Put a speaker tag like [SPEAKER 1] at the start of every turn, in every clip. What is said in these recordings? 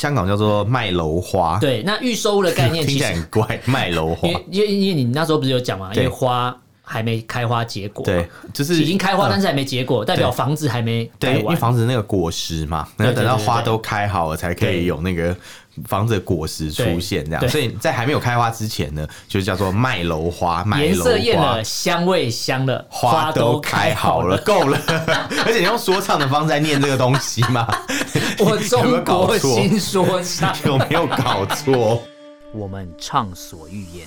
[SPEAKER 1] 香港叫做卖楼花，
[SPEAKER 2] 对，那预收的概念
[SPEAKER 1] 听起
[SPEAKER 2] 其实
[SPEAKER 1] 来很怪，卖楼花
[SPEAKER 2] 因，为因为因为你那时候不是有讲嘛，因
[SPEAKER 1] 对
[SPEAKER 2] 为花还没开花结果，
[SPEAKER 1] 对，，就是
[SPEAKER 2] 已经开花，但
[SPEAKER 1] 是。
[SPEAKER 2] 是还没结果，代表
[SPEAKER 1] 对
[SPEAKER 2] 房子还没
[SPEAKER 1] 对，
[SPEAKER 2] 盖
[SPEAKER 1] 因为
[SPEAKER 2] 完。
[SPEAKER 1] 防止那个果实嘛，
[SPEAKER 2] 对
[SPEAKER 1] 然后
[SPEAKER 2] 对
[SPEAKER 1] 等到
[SPEAKER 2] 对对
[SPEAKER 1] 花
[SPEAKER 2] 对
[SPEAKER 1] 都开好了，才可以
[SPEAKER 2] 对
[SPEAKER 1] 有那个房子的果实出现，这样。
[SPEAKER 2] 对
[SPEAKER 1] 所以在还没有开花之前呢，就是叫做卖楼花，卖
[SPEAKER 2] 颜
[SPEAKER 1] 楼
[SPEAKER 2] 色艳
[SPEAKER 1] 花
[SPEAKER 2] 了，，香味香了，
[SPEAKER 1] 花都
[SPEAKER 2] 都
[SPEAKER 1] 开好
[SPEAKER 2] 好
[SPEAKER 1] 了，。够了。 而且你用说唱的方式在念这个东西嘛，
[SPEAKER 2] 我
[SPEAKER 1] 有没有
[SPEAKER 2] 中
[SPEAKER 1] 搞
[SPEAKER 2] 国
[SPEAKER 1] 错
[SPEAKER 2] 新说唱，
[SPEAKER 1] 有没有搞错？
[SPEAKER 2] 我们畅所欲言；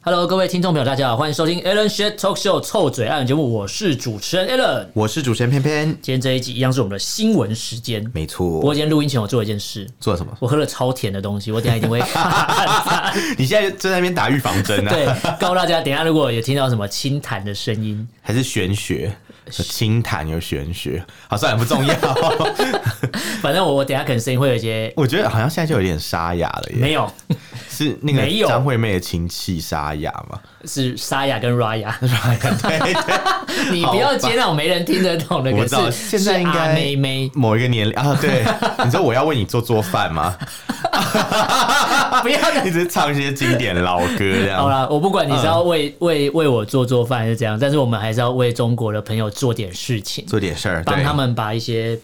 [SPEAKER 2] Hello，各位听众朋友，大家好，欢迎收听 Alan Shet Talk Show 臭嘴案节目，我是主持人 Alan。
[SPEAKER 1] 我是主持人偏偏，
[SPEAKER 2] 今天这一集一样是我们的新闻时间。
[SPEAKER 1] 没
[SPEAKER 2] 不过
[SPEAKER 1] 错。
[SPEAKER 2] 今天录音前我做了一件事，
[SPEAKER 1] 做了什么？
[SPEAKER 2] 我喝了超甜的东西，我等一下一 定会 发散。
[SPEAKER 1] 你现在就在那边打预防针啊？
[SPEAKER 2] 对，告诉大家，等一下如果有听到什么清痰的声音，
[SPEAKER 1] 还是玄学？清谈有玄学？好，算了，不重要。
[SPEAKER 2] 反正我我等一下可能声音会有一些
[SPEAKER 1] 我觉得好像现在就有点沙哑了耶，
[SPEAKER 2] 没有，
[SPEAKER 1] 是那个
[SPEAKER 2] 没有
[SPEAKER 1] 张惠妹的亲戚沙哑嘛？
[SPEAKER 2] 是沙哑跟 Raya。
[SPEAKER 1] 对对，
[SPEAKER 2] 你不要接那种没人听得懂的，
[SPEAKER 1] 我知道
[SPEAKER 2] 可
[SPEAKER 1] 现
[SPEAKER 2] 是
[SPEAKER 1] 在
[SPEAKER 2] 是
[SPEAKER 1] 应该
[SPEAKER 2] 阿妹 妹，
[SPEAKER 1] 某一个年龄啊，对， 你说我要为你做做饭吗？
[SPEAKER 2] 不要的
[SPEAKER 1] 一直唱一些经典老歌这样
[SPEAKER 2] 好。啦，我不管你是
[SPEAKER 1] 嗯
[SPEAKER 2] 要为、为为我做做饭还是怎样，但是我们还是要为中国的朋友做点事情，
[SPEAKER 1] 做点事儿，
[SPEAKER 2] 帮
[SPEAKER 1] 对。
[SPEAKER 2] 他们把一些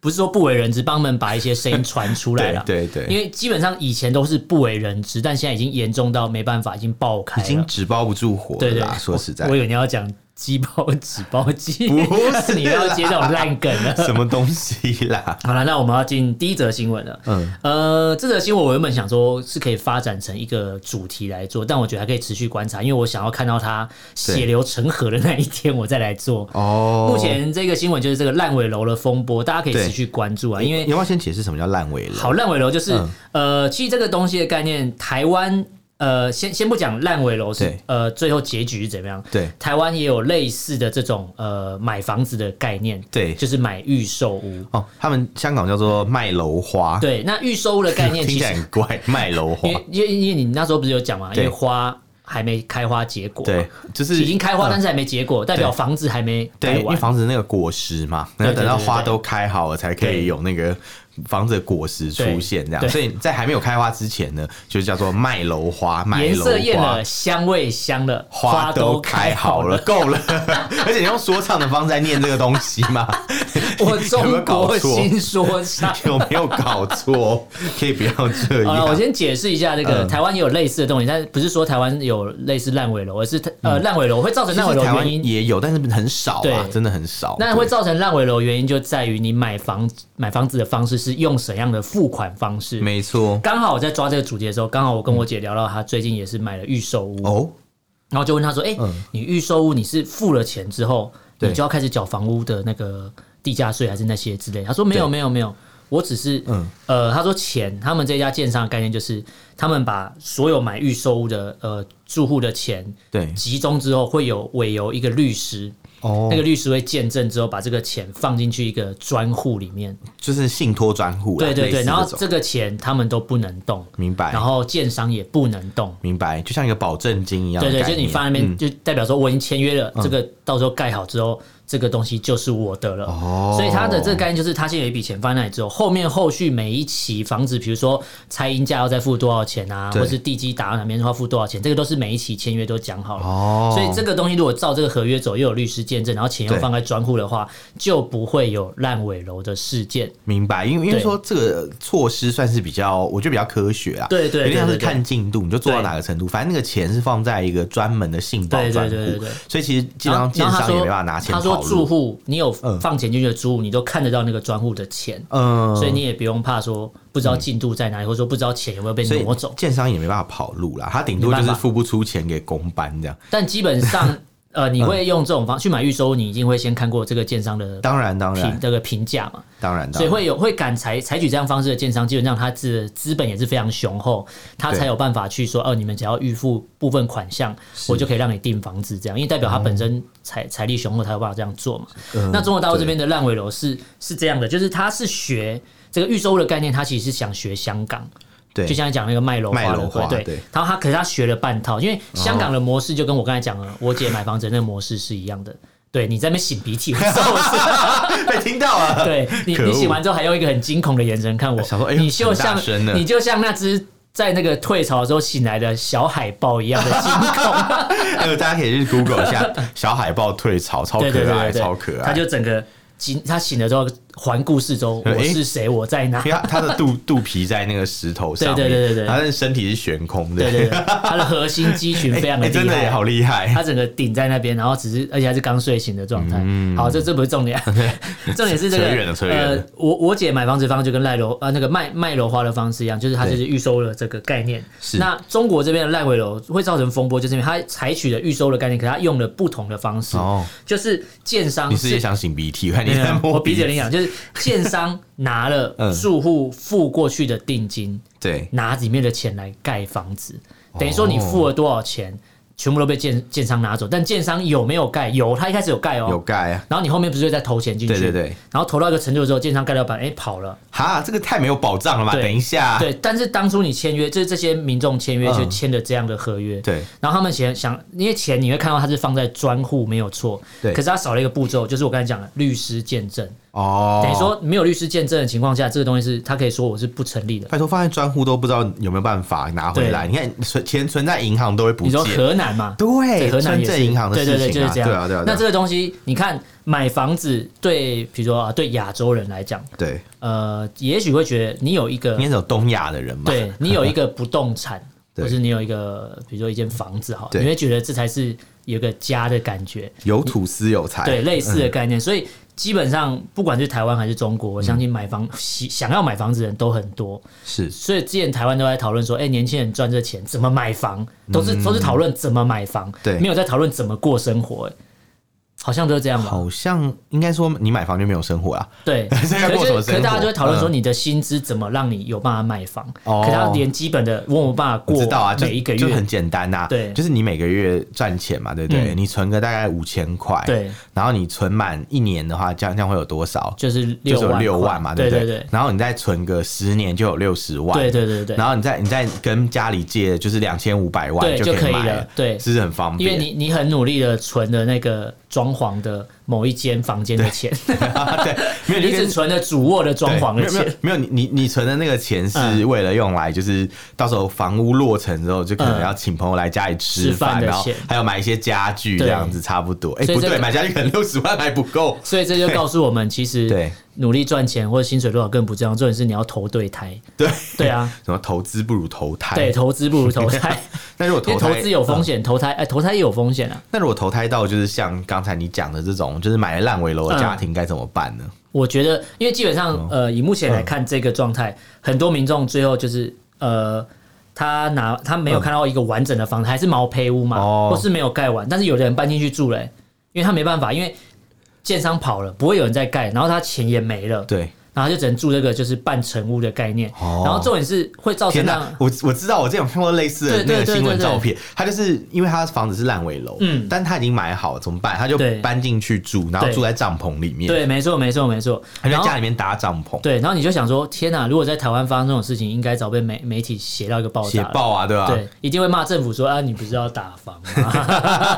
[SPEAKER 2] 不是说不为人知，帮他们把一些声音传出来了
[SPEAKER 1] 对对对
[SPEAKER 2] 因为基本上以前都是不为人知，但现在已经严重到没办法，已经爆开
[SPEAKER 1] 已
[SPEAKER 2] 了。
[SPEAKER 1] 经纸包不住火
[SPEAKER 2] 对
[SPEAKER 1] 了
[SPEAKER 2] 对
[SPEAKER 1] 啦。，说实在
[SPEAKER 2] 我，我以为你要讲鸡包纸包鸡，
[SPEAKER 1] 不是
[SPEAKER 2] 你要接这种烂梗了。
[SPEAKER 1] 什么东西啦？
[SPEAKER 2] 好了，那我们要进第一则新闻了。
[SPEAKER 1] 嗯
[SPEAKER 2] 嗯，呃，这则新闻我原本想说是可以发展成一个主题来做，但我觉得还可以持续观察，因为我想要看到它血流成河的那一天，我再来做。
[SPEAKER 1] 哦，
[SPEAKER 2] 目前这个新闻就是这个烂尾楼的风波，大家可以
[SPEAKER 1] 对
[SPEAKER 2] 持续关注啊，
[SPEAKER 1] 你
[SPEAKER 2] 因为
[SPEAKER 1] 你要不要先解释什么叫烂尾楼？
[SPEAKER 2] 好，烂尾楼就是、
[SPEAKER 1] 嗯
[SPEAKER 2] 呃，其实这个东西的概念，台湾呃，先先不讲烂尾楼是
[SPEAKER 1] 对
[SPEAKER 2] 呃，最后结局是怎么样？
[SPEAKER 1] 对
[SPEAKER 2] 台湾也有类似的这种呃买房子的概念，
[SPEAKER 1] 对
[SPEAKER 2] 就是买预售屋。
[SPEAKER 1] 哦，他们香港叫做卖楼花，，
[SPEAKER 2] 对，那预售屋的概 念
[SPEAKER 1] 听起
[SPEAKER 2] 其实
[SPEAKER 1] 来很 怪，卖楼花
[SPEAKER 2] 因，为因为因为你那时候不是有讲嘛，因
[SPEAKER 1] 对
[SPEAKER 2] 为花还没开花结果，
[SPEAKER 1] 对，，就是
[SPEAKER 2] 已经开花，但
[SPEAKER 1] 是。
[SPEAKER 2] 是还没结果，代表
[SPEAKER 1] 对
[SPEAKER 2] 房子还没
[SPEAKER 1] 对，
[SPEAKER 2] 盖
[SPEAKER 1] 因为
[SPEAKER 2] 完。
[SPEAKER 1] 防止那个果实嘛，然后
[SPEAKER 2] 对对
[SPEAKER 1] 等到
[SPEAKER 2] 对对
[SPEAKER 1] 花
[SPEAKER 2] 对
[SPEAKER 1] 都开好了，才可以
[SPEAKER 2] 对
[SPEAKER 1] 有那个房子的果实出现，这样。
[SPEAKER 2] 对
[SPEAKER 1] 所以在还没有开花之前呢，就叫做卖楼花，卖
[SPEAKER 2] 颜
[SPEAKER 1] 楼
[SPEAKER 2] 色艳
[SPEAKER 1] 花
[SPEAKER 2] 了，，香味香了，
[SPEAKER 1] 花都
[SPEAKER 2] 都
[SPEAKER 1] 开
[SPEAKER 2] 开
[SPEAKER 1] 好了，
[SPEAKER 2] 了。
[SPEAKER 1] 够了。 而且你用说唱的方式在念这个东西嘛，
[SPEAKER 2] 我
[SPEAKER 1] 有没有
[SPEAKER 2] 中
[SPEAKER 1] 搞
[SPEAKER 2] 国
[SPEAKER 1] 错
[SPEAKER 2] 新说 唱。
[SPEAKER 1] 有没有搞错？可以不要这
[SPEAKER 2] 好了，我
[SPEAKER 1] 样。
[SPEAKER 2] 先解释一下这个
[SPEAKER 1] 嗯
[SPEAKER 2] 台湾也有类似的东西，但不是说台湾有类似烂尾楼，而是呃烂尾楼会造
[SPEAKER 1] 嗯
[SPEAKER 2] 成
[SPEAKER 1] 其
[SPEAKER 2] 烂尾
[SPEAKER 1] 实
[SPEAKER 2] 楼
[SPEAKER 1] 台
[SPEAKER 2] 原
[SPEAKER 1] 湾
[SPEAKER 2] 因。
[SPEAKER 1] 也有，但是很少啊，
[SPEAKER 2] 对
[SPEAKER 1] 真的很少。
[SPEAKER 2] 那会
[SPEAKER 1] 对
[SPEAKER 2] 造成烂尾楼原因就在于你买房买房子的方式是用什么样的付款方式？
[SPEAKER 1] 没错
[SPEAKER 2] 刚好我在抓这个主题的时候，刚好我跟我姐聊到，她最近也是买了预售屋，
[SPEAKER 1] 哦，
[SPEAKER 2] 然后就问她说：“哎、你预售屋你是付了钱之后，
[SPEAKER 1] 嗯对
[SPEAKER 2] 你就要开始缴房屋的那个地价税还是那些之类？”她说：“没有，
[SPEAKER 1] 对
[SPEAKER 2] 没有，没有，我只是，
[SPEAKER 1] 嗯
[SPEAKER 2] 呃，她说钱，他们这家建商的概念就是，他们把所有买预售屋的呃住户的钱
[SPEAKER 1] 对
[SPEAKER 2] 集中之后，会有委由一个律师。”
[SPEAKER 1] 哦
[SPEAKER 2] 那个律师会见证之后，把这个钱放进去一个专户里面，
[SPEAKER 1] 就是信托专户啦，
[SPEAKER 2] 对对
[SPEAKER 1] 啊类似
[SPEAKER 2] 对，然后
[SPEAKER 1] 这种
[SPEAKER 2] 这个钱他们都不能动，
[SPEAKER 1] 明白
[SPEAKER 2] 然后建商也不能动。
[SPEAKER 1] 明白，就像一个保证金一样的
[SPEAKER 2] 对
[SPEAKER 1] 概念。嗯
[SPEAKER 2] 对，就是你放在那边，就代表说我已经签约了，这个到时候盖好之后，这个东西就是我的了。
[SPEAKER 1] 哦
[SPEAKER 2] 所以他的这个概念就是，他先有一笔钱放在那里之后，后面后续每一期房子，比如说拆阴价要再付多少钱啊，
[SPEAKER 1] 对
[SPEAKER 2] 或是地基打到哪边的话付多少钱，这个都是每一期签约都讲好了。
[SPEAKER 1] 哦，
[SPEAKER 2] 所以这个东西如果照这个合约走，又有律师见证，然后钱又
[SPEAKER 1] 对
[SPEAKER 2] 放在专户的话，就不会有烂尾楼的事件。
[SPEAKER 1] 明白，因为因为
[SPEAKER 2] 对
[SPEAKER 1] 说这个措施算是比较，我觉得比较科学啊。
[SPEAKER 2] 对对对
[SPEAKER 1] 有点像是
[SPEAKER 2] 对对
[SPEAKER 1] 看进度，你就做到
[SPEAKER 2] 对
[SPEAKER 1] 哪个程度，反正那个钱是放在一个专门的信保
[SPEAKER 2] 对对
[SPEAKER 1] 专户
[SPEAKER 2] 对对对，
[SPEAKER 1] 所以其实基本
[SPEAKER 2] 然后
[SPEAKER 1] 上建
[SPEAKER 2] 然后他
[SPEAKER 1] 商也
[SPEAKER 2] 说
[SPEAKER 1] 没办法拿钱
[SPEAKER 2] 他说
[SPEAKER 1] 跑
[SPEAKER 2] 住
[SPEAKER 1] 路。
[SPEAKER 2] 户，你有
[SPEAKER 1] 嗯
[SPEAKER 2] 放钱进去的住户，你都看得到那个专户的钱，
[SPEAKER 1] 嗯，
[SPEAKER 2] 所以你也不用怕说不知道进度在哪里，或者说不知道钱有没有被
[SPEAKER 1] 所以
[SPEAKER 2] 挪走。
[SPEAKER 1] 建商也没办法跑路啦，他顶多就
[SPEAKER 2] 没
[SPEAKER 1] 是
[SPEAKER 2] 办法
[SPEAKER 1] 付不出钱给公班这样。
[SPEAKER 2] 但基本上呃，
[SPEAKER 1] 嗯
[SPEAKER 2] 你会用这种方去买预售，你一定会先看过这个建商的
[SPEAKER 1] 当然当
[SPEAKER 2] 评
[SPEAKER 1] 然
[SPEAKER 2] 这个评价嘛，
[SPEAKER 1] 当然，
[SPEAKER 2] 所以
[SPEAKER 1] 当然
[SPEAKER 2] 会有会敢采采取这样方式的建商，基本上他资资本也是非常雄厚，他才
[SPEAKER 1] 对
[SPEAKER 2] 有办法去说，哦、你们只要预付部分款项，我就可以让你订房子这样，因为代表他
[SPEAKER 1] 嗯
[SPEAKER 2] 本身财财、力雄厚，才有办法这样做嘛。那中国大陆这边的烂尾楼是是这样的，就是他是学这个预售屋的概念，他其实是想学香港。
[SPEAKER 1] 对
[SPEAKER 2] 就像你讲那个卖楼花
[SPEAKER 1] 卖
[SPEAKER 2] 的
[SPEAKER 1] 楼
[SPEAKER 2] 对
[SPEAKER 1] 花
[SPEAKER 2] 对，
[SPEAKER 1] 对
[SPEAKER 2] 然后他可是他学了半套，因为香港的模式就跟我刚才讲的我姐买房子的那个模式是一样的。对你在那边擤鼻涕，我知道我 是
[SPEAKER 1] 被听到了，
[SPEAKER 2] 对你，
[SPEAKER 1] 可
[SPEAKER 2] 你洗
[SPEAKER 1] 恶
[SPEAKER 2] 完之后还用一个很惊恐的眼神看我，
[SPEAKER 1] 想说哎呦
[SPEAKER 2] 你就
[SPEAKER 1] 很大
[SPEAKER 2] 像
[SPEAKER 1] 声呢
[SPEAKER 2] 你就像那只在那个退潮的时候醒来的小海豹一样的 惊恐，
[SPEAKER 1] 还有呃大家可以去 Google 一 下小海豹退潮，超
[SPEAKER 2] 对对
[SPEAKER 1] 可
[SPEAKER 2] 对
[SPEAKER 1] 爱，
[SPEAKER 2] 对，
[SPEAKER 1] 超可爱。
[SPEAKER 2] 他就整个惊，他醒了之后环顾四周，
[SPEAKER 1] 哎
[SPEAKER 2] 我是谁，我在哪？
[SPEAKER 1] 因为它它的肚肚皮在那个石头上面，
[SPEAKER 2] 对对对对对
[SPEAKER 1] 它的身体是悬空的，
[SPEAKER 2] 对对对，他的核心肌群非常 的
[SPEAKER 1] 哎真
[SPEAKER 2] 厉
[SPEAKER 1] 的也
[SPEAKER 2] 害
[SPEAKER 1] 好。厉害。
[SPEAKER 2] 他整个顶在那边，然后只是，而且还是刚睡醒的状态。好，这这不是重点， 重点是这个
[SPEAKER 1] 嗯扯远了扯远了
[SPEAKER 2] 呃，我我姐买房子的方式就跟赖楼呃那个卖卖楼花的方式一样，就是她就是预收了这个概念。
[SPEAKER 1] 是
[SPEAKER 2] 那中国这边的烂尾楼会造成风波，就是因为它采取了预收的概念，可它用了不同的方式，
[SPEAKER 1] 哦，
[SPEAKER 2] 就是建商
[SPEAKER 1] 你是也想擤鼻涕？我 看你
[SPEAKER 2] 没有
[SPEAKER 1] 在摸
[SPEAKER 2] 我鼻子
[SPEAKER 1] 子
[SPEAKER 2] 有点痒，就是建商拿了
[SPEAKER 1] 嗯
[SPEAKER 2] 住户付过去的定金，
[SPEAKER 1] 对，
[SPEAKER 2] 拿里面的钱来盖房子，
[SPEAKER 1] 哦
[SPEAKER 2] 等于说你付了多少钱，全部都被建建商拿走。但建商有没有盖？有，他一开始有盖哦、
[SPEAKER 1] 有盖啊。
[SPEAKER 2] 然后你后面不是又再投钱进去？
[SPEAKER 1] 对对对。
[SPEAKER 2] 然后投到一个程度之后，建商盖到板，哎、跑了。
[SPEAKER 1] 哈，这个太没有保障了吧？
[SPEAKER 2] 对
[SPEAKER 1] 等一下，
[SPEAKER 2] 对，但是当初你签约，就是这些民众签约
[SPEAKER 1] 啊嗯
[SPEAKER 2] 就签的这样的合约。
[SPEAKER 1] 对
[SPEAKER 2] 然后他们想想，因为钱你会看到它是放在专户没有错，
[SPEAKER 1] 对
[SPEAKER 2] 可是它少了一个步骤，就是我刚才讲的律师见证。
[SPEAKER 1] 哦，
[SPEAKER 2] 等于说没有律师见证的情况下，这个东西是他可以说我是不成立的。
[SPEAKER 1] 拜托放在专户都不知道有没有办法拿回来。你看存钱存在银行都会不
[SPEAKER 2] 你说
[SPEAKER 1] 见，
[SPEAKER 2] 河南嘛？
[SPEAKER 1] 对，
[SPEAKER 2] 对，河
[SPEAKER 1] 哎
[SPEAKER 2] 南
[SPEAKER 1] 村
[SPEAKER 2] 也
[SPEAKER 1] 镇
[SPEAKER 2] 是
[SPEAKER 1] 银行的
[SPEAKER 2] 对
[SPEAKER 1] 事
[SPEAKER 2] 对对，就
[SPEAKER 1] 情
[SPEAKER 2] 是
[SPEAKER 1] 啊，
[SPEAKER 2] 这
[SPEAKER 1] 对
[SPEAKER 2] 样。
[SPEAKER 1] 啊对啊，
[SPEAKER 2] 那这
[SPEAKER 1] 对啊
[SPEAKER 2] 个东西，你看买房子对，比如说啊，对亚洲人来讲，
[SPEAKER 1] 对，
[SPEAKER 2] 呃，也许会觉得你有一个
[SPEAKER 1] 应该，是有东亚的人嘛，
[SPEAKER 2] 对你有一个不动产，
[SPEAKER 1] 对
[SPEAKER 2] 或是你有一个，比如说一间房子哈，你
[SPEAKER 1] 对
[SPEAKER 2] 会觉得这才是有一个家的感觉，
[SPEAKER 1] 有土司有财，
[SPEAKER 2] 对，类似的概念，所以。基本上，不管是台湾还是中国，我相信
[SPEAKER 1] 嗯
[SPEAKER 2] 买房喜想要买房子的人都很多，
[SPEAKER 1] 是
[SPEAKER 2] 所以之前台湾都在讨论说，哎、年轻人赚这钱怎么买房，都是、都是讨论怎么买房，
[SPEAKER 1] 嗯对
[SPEAKER 2] 没有在讨论怎么过生活、哎，好像都是这样吧。
[SPEAKER 1] 好像应该说你买房就没有生活啦，
[SPEAKER 2] 对，可
[SPEAKER 1] 这要过什么
[SPEAKER 2] 是
[SPEAKER 1] 生
[SPEAKER 2] 可
[SPEAKER 1] 活
[SPEAKER 2] 是大家就会讨论说，
[SPEAKER 1] 嗯
[SPEAKER 2] 你的薪资怎么让你有办法买房？
[SPEAKER 1] 哦
[SPEAKER 2] 可他连基本的我有没有办法
[SPEAKER 1] 我
[SPEAKER 2] 过
[SPEAKER 1] 知道啊，就
[SPEAKER 2] 每一个
[SPEAKER 1] 就
[SPEAKER 2] 月，
[SPEAKER 1] 很简单呐、
[SPEAKER 2] 对
[SPEAKER 1] 就是你每个月赚钱嘛，对不对？
[SPEAKER 2] 嗯
[SPEAKER 1] 你存个大概五千块，
[SPEAKER 2] 对，
[SPEAKER 1] 然后你存满一年的话，这样这样会有多少？
[SPEAKER 2] 就是
[SPEAKER 1] 就
[SPEAKER 2] 六
[SPEAKER 1] 是有
[SPEAKER 2] 万
[SPEAKER 1] 六
[SPEAKER 2] 块
[SPEAKER 1] 万嘛，
[SPEAKER 2] 对
[SPEAKER 1] 不对？
[SPEAKER 2] 对
[SPEAKER 1] 然后你再存个十年就有六十万，
[SPEAKER 2] 对对对对对，
[SPEAKER 1] 然后你再你再跟家里借就是两千五百万
[SPEAKER 2] 对就
[SPEAKER 1] 可
[SPEAKER 2] 可以
[SPEAKER 1] 买
[SPEAKER 2] 了，对。
[SPEAKER 1] 是不是很方
[SPEAKER 2] 因
[SPEAKER 1] 便？
[SPEAKER 2] 为 你你很努力的存了那个装潢的某一间房间的钱，
[SPEAKER 1] 没有
[SPEAKER 2] 你
[SPEAKER 1] 就跟
[SPEAKER 2] 只存了主卧的装潢的
[SPEAKER 1] 对没有
[SPEAKER 2] 钱，
[SPEAKER 1] 没有没有你你你存的那个钱是
[SPEAKER 2] 嗯
[SPEAKER 1] 为了用来就是到时候房屋落成之后，就可能
[SPEAKER 2] 嗯
[SPEAKER 1] 要请朋友来家里吃
[SPEAKER 2] 吃饭
[SPEAKER 1] 饭，
[SPEAKER 2] 的
[SPEAKER 1] 然后
[SPEAKER 2] 钱
[SPEAKER 1] 还有买一些家具
[SPEAKER 2] 对
[SPEAKER 1] 这样子，差不多。哎，
[SPEAKER 2] 所以
[SPEAKER 1] 不
[SPEAKER 2] 这
[SPEAKER 1] 对，
[SPEAKER 2] 个
[SPEAKER 1] 买家具可能六十万还不够。
[SPEAKER 2] 所以这就告诉我们，其实
[SPEAKER 1] 对
[SPEAKER 2] 努力赚钱或者薪水多少更不重要，重点是你要投对胎。
[SPEAKER 1] 对
[SPEAKER 2] 对啊，
[SPEAKER 1] 什么投资不如投胎？
[SPEAKER 2] 对，，投资不如投胎，
[SPEAKER 1] 那如果
[SPEAKER 2] 因为
[SPEAKER 1] 投
[SPEAKER 2] 投
[SPEAKER 1] 胎嗯
[SPEAKER 2] 资有风险，投胎哎，投胎也有风险啊。
[SPEAKER 1] 那如果投胎到就是像刚才你讲的这种，就是买了烂尾楼
[SPEAKER 2] 嗯
[SPEAKER 1] 的家庭该怎么办呢？
[SPEAKER 2] 我觉得，因为基本上
[SPEAKER 1] 嗯
[SPEAKER 2] 呃，以目前来看这个状态，很多民众最后就是呃。他拿他没有看到一个完整的房子，还是毛坯屋嘛，
[SPEAKER 1] 哦
[SPEAKER 2] 或是没有盖完，但是有的人搬进去住了、因为他没办法，因为建商跑了，不会有人再盖，然后他钱也没了，
[SPEAKER 1] 对，
[SPEAKER 2] 然后他就只能住这个就是半成屋的概念，
[SPEAKER 1] 哦
[SPEAKER 2] 然后重点是会造成
[SPEAKER 1] 天
[SPEAKER 2] 让
[SPEAKER 1] 哪，我我知道，我之前有看过类似的
[SPEAKER 2] 对对
[SPEAKER 1] 那个
[SPEAKER 2] 对
[SPEAKER 1] 新闻
[SPEAKER 2] 对对
[SPEAKER 1] 照片，他就是因为他房子是烂尾楼，
[SPEAKER 2] 嗯
[SPEAKER 1] 但他已经买好，怎么办？他就
[SPEAKER 2] 对
[SPEAKER 1] 搬进去住，然后
[SPEAKER 2] 对
[SPEAKER 1] 住在帐篷里面，
[SPEAKER 2] 对，没错，没错，没错。
[SPEAKER 1] 他在
[SPEAKER 2] 然后
[SPEAKER 1] 家里面搭帐篷，
[SPEAKER 2] 对，然后你就想说，天哪！如果在台湾发生这种事情，应该早被媒媒体写到一个爆
[SPEAKER 1] 写
[SPEAKER 2] 炸了。
[SPEAKER 1] 爆啊，对吧、
[SPEAKER 2] 对，一定会骂政府说啊，你不是要打房吗？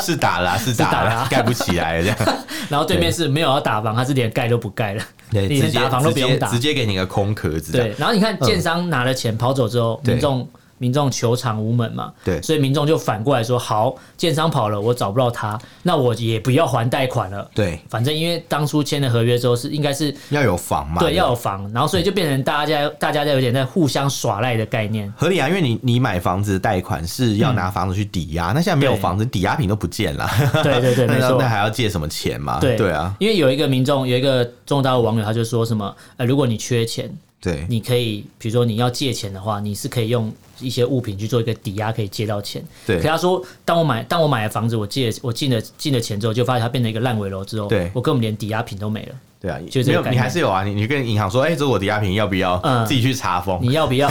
[SPEAKER 1] 是打 啦，是打
[SPEAKER 2] 打
[SPEAKER 1] 啦
[SPEAKER 2] 啦，
[SPEAKER 1] 盖不起来了 这样，
[SPEAKER 2] 然后对面是没有要打房，他是连盖都不盖了，
[SPEAKER 1] 对，
[SPEAKER 2] 你
[SPEAKER 1] 直
[SPEAKER 2] 连
[SPEAKER 1] 接
[SPEAKER 2] 打房都不
[SPEAKER 1] 直
[SPEAKER 2] 用
[SPEAKER 1] 接
[SPEAKER 2] 打
[SPEAKER 1] 直。接给你个空壳子，
[SPEAKER 2] 对，，然后你看建商拿了钱跑走之后，
[SPEAKER 1] 对
[SPEAKER 2] 民众民众求偿无门嘛，
[SPEAKER 1] 对
[SPEAKER 2] 所以民众就反过来说，好，建商跑了，我找不到他，那我也不要还贷款了。
[SPEAKER 1] 对，
[SPEAKER 2] 反正因为当初签的合约之后是应该是
[SPEAKER 1] 要有房嘛，
[SPEAKER 2] 对
[SPEAKER 1] 不
[SPEAKER 2] 要有房，然后所以就变成大家大家在有点在互相耍赖的概念。
[SPEAKER 1] 合理啊，因为你你买房子的贷款是要拿房子去抵押，那现在没有
[SPEAKER 2] 对
[SPEAKER 1] 房子，抵押品都不见了，
[SPEAKER 2] 对嗯对 对，
[SPEAKER 1] 那
[SPEAKER 2] 没
[SPEAKER 1] 那
[SPEAKER 2] 错
[SPEAKER 1] 那。还要借什么钱嘛？
[SPEAKER 2] 对
[SPEAKER 1] 对啊，
[SPEAKER 2] 因为有一个民众，有一个中国大陆网友，他就说什么：“呃，如果你缺钱，
[SPEAKER 1] 对，
[SPEAKER 2] 你可以，比如说你要借钱的话，你是可以用一些物品去做一个抵押，可以借到钱。
[SPEAKER 1] 对
[SPEAKER 2] 可他说，当我买当我买了房子，我借我进了进了钱之后，就发现它变成一个烂尾楼之后，
[SPEAKER 1] 对
[SPEAKER 2] 我根本连抵押品都没了。
[SPEAKER 1] 对啊，
[SPEAKER 2] 就这个
[SPEAKER 1] 没有
[SPEAKER 2] 概
[SPEAKER 1] 你
[SPEAKER 2] 念
[SPEAKER 1] 还是有啊，你你跟银行说，哎、这是我抵押品，要不要？
[SPEAKER 2] 嗯
[SPEAKER 1] 自己去查封。
[SPEAKER 2] 你 要不要？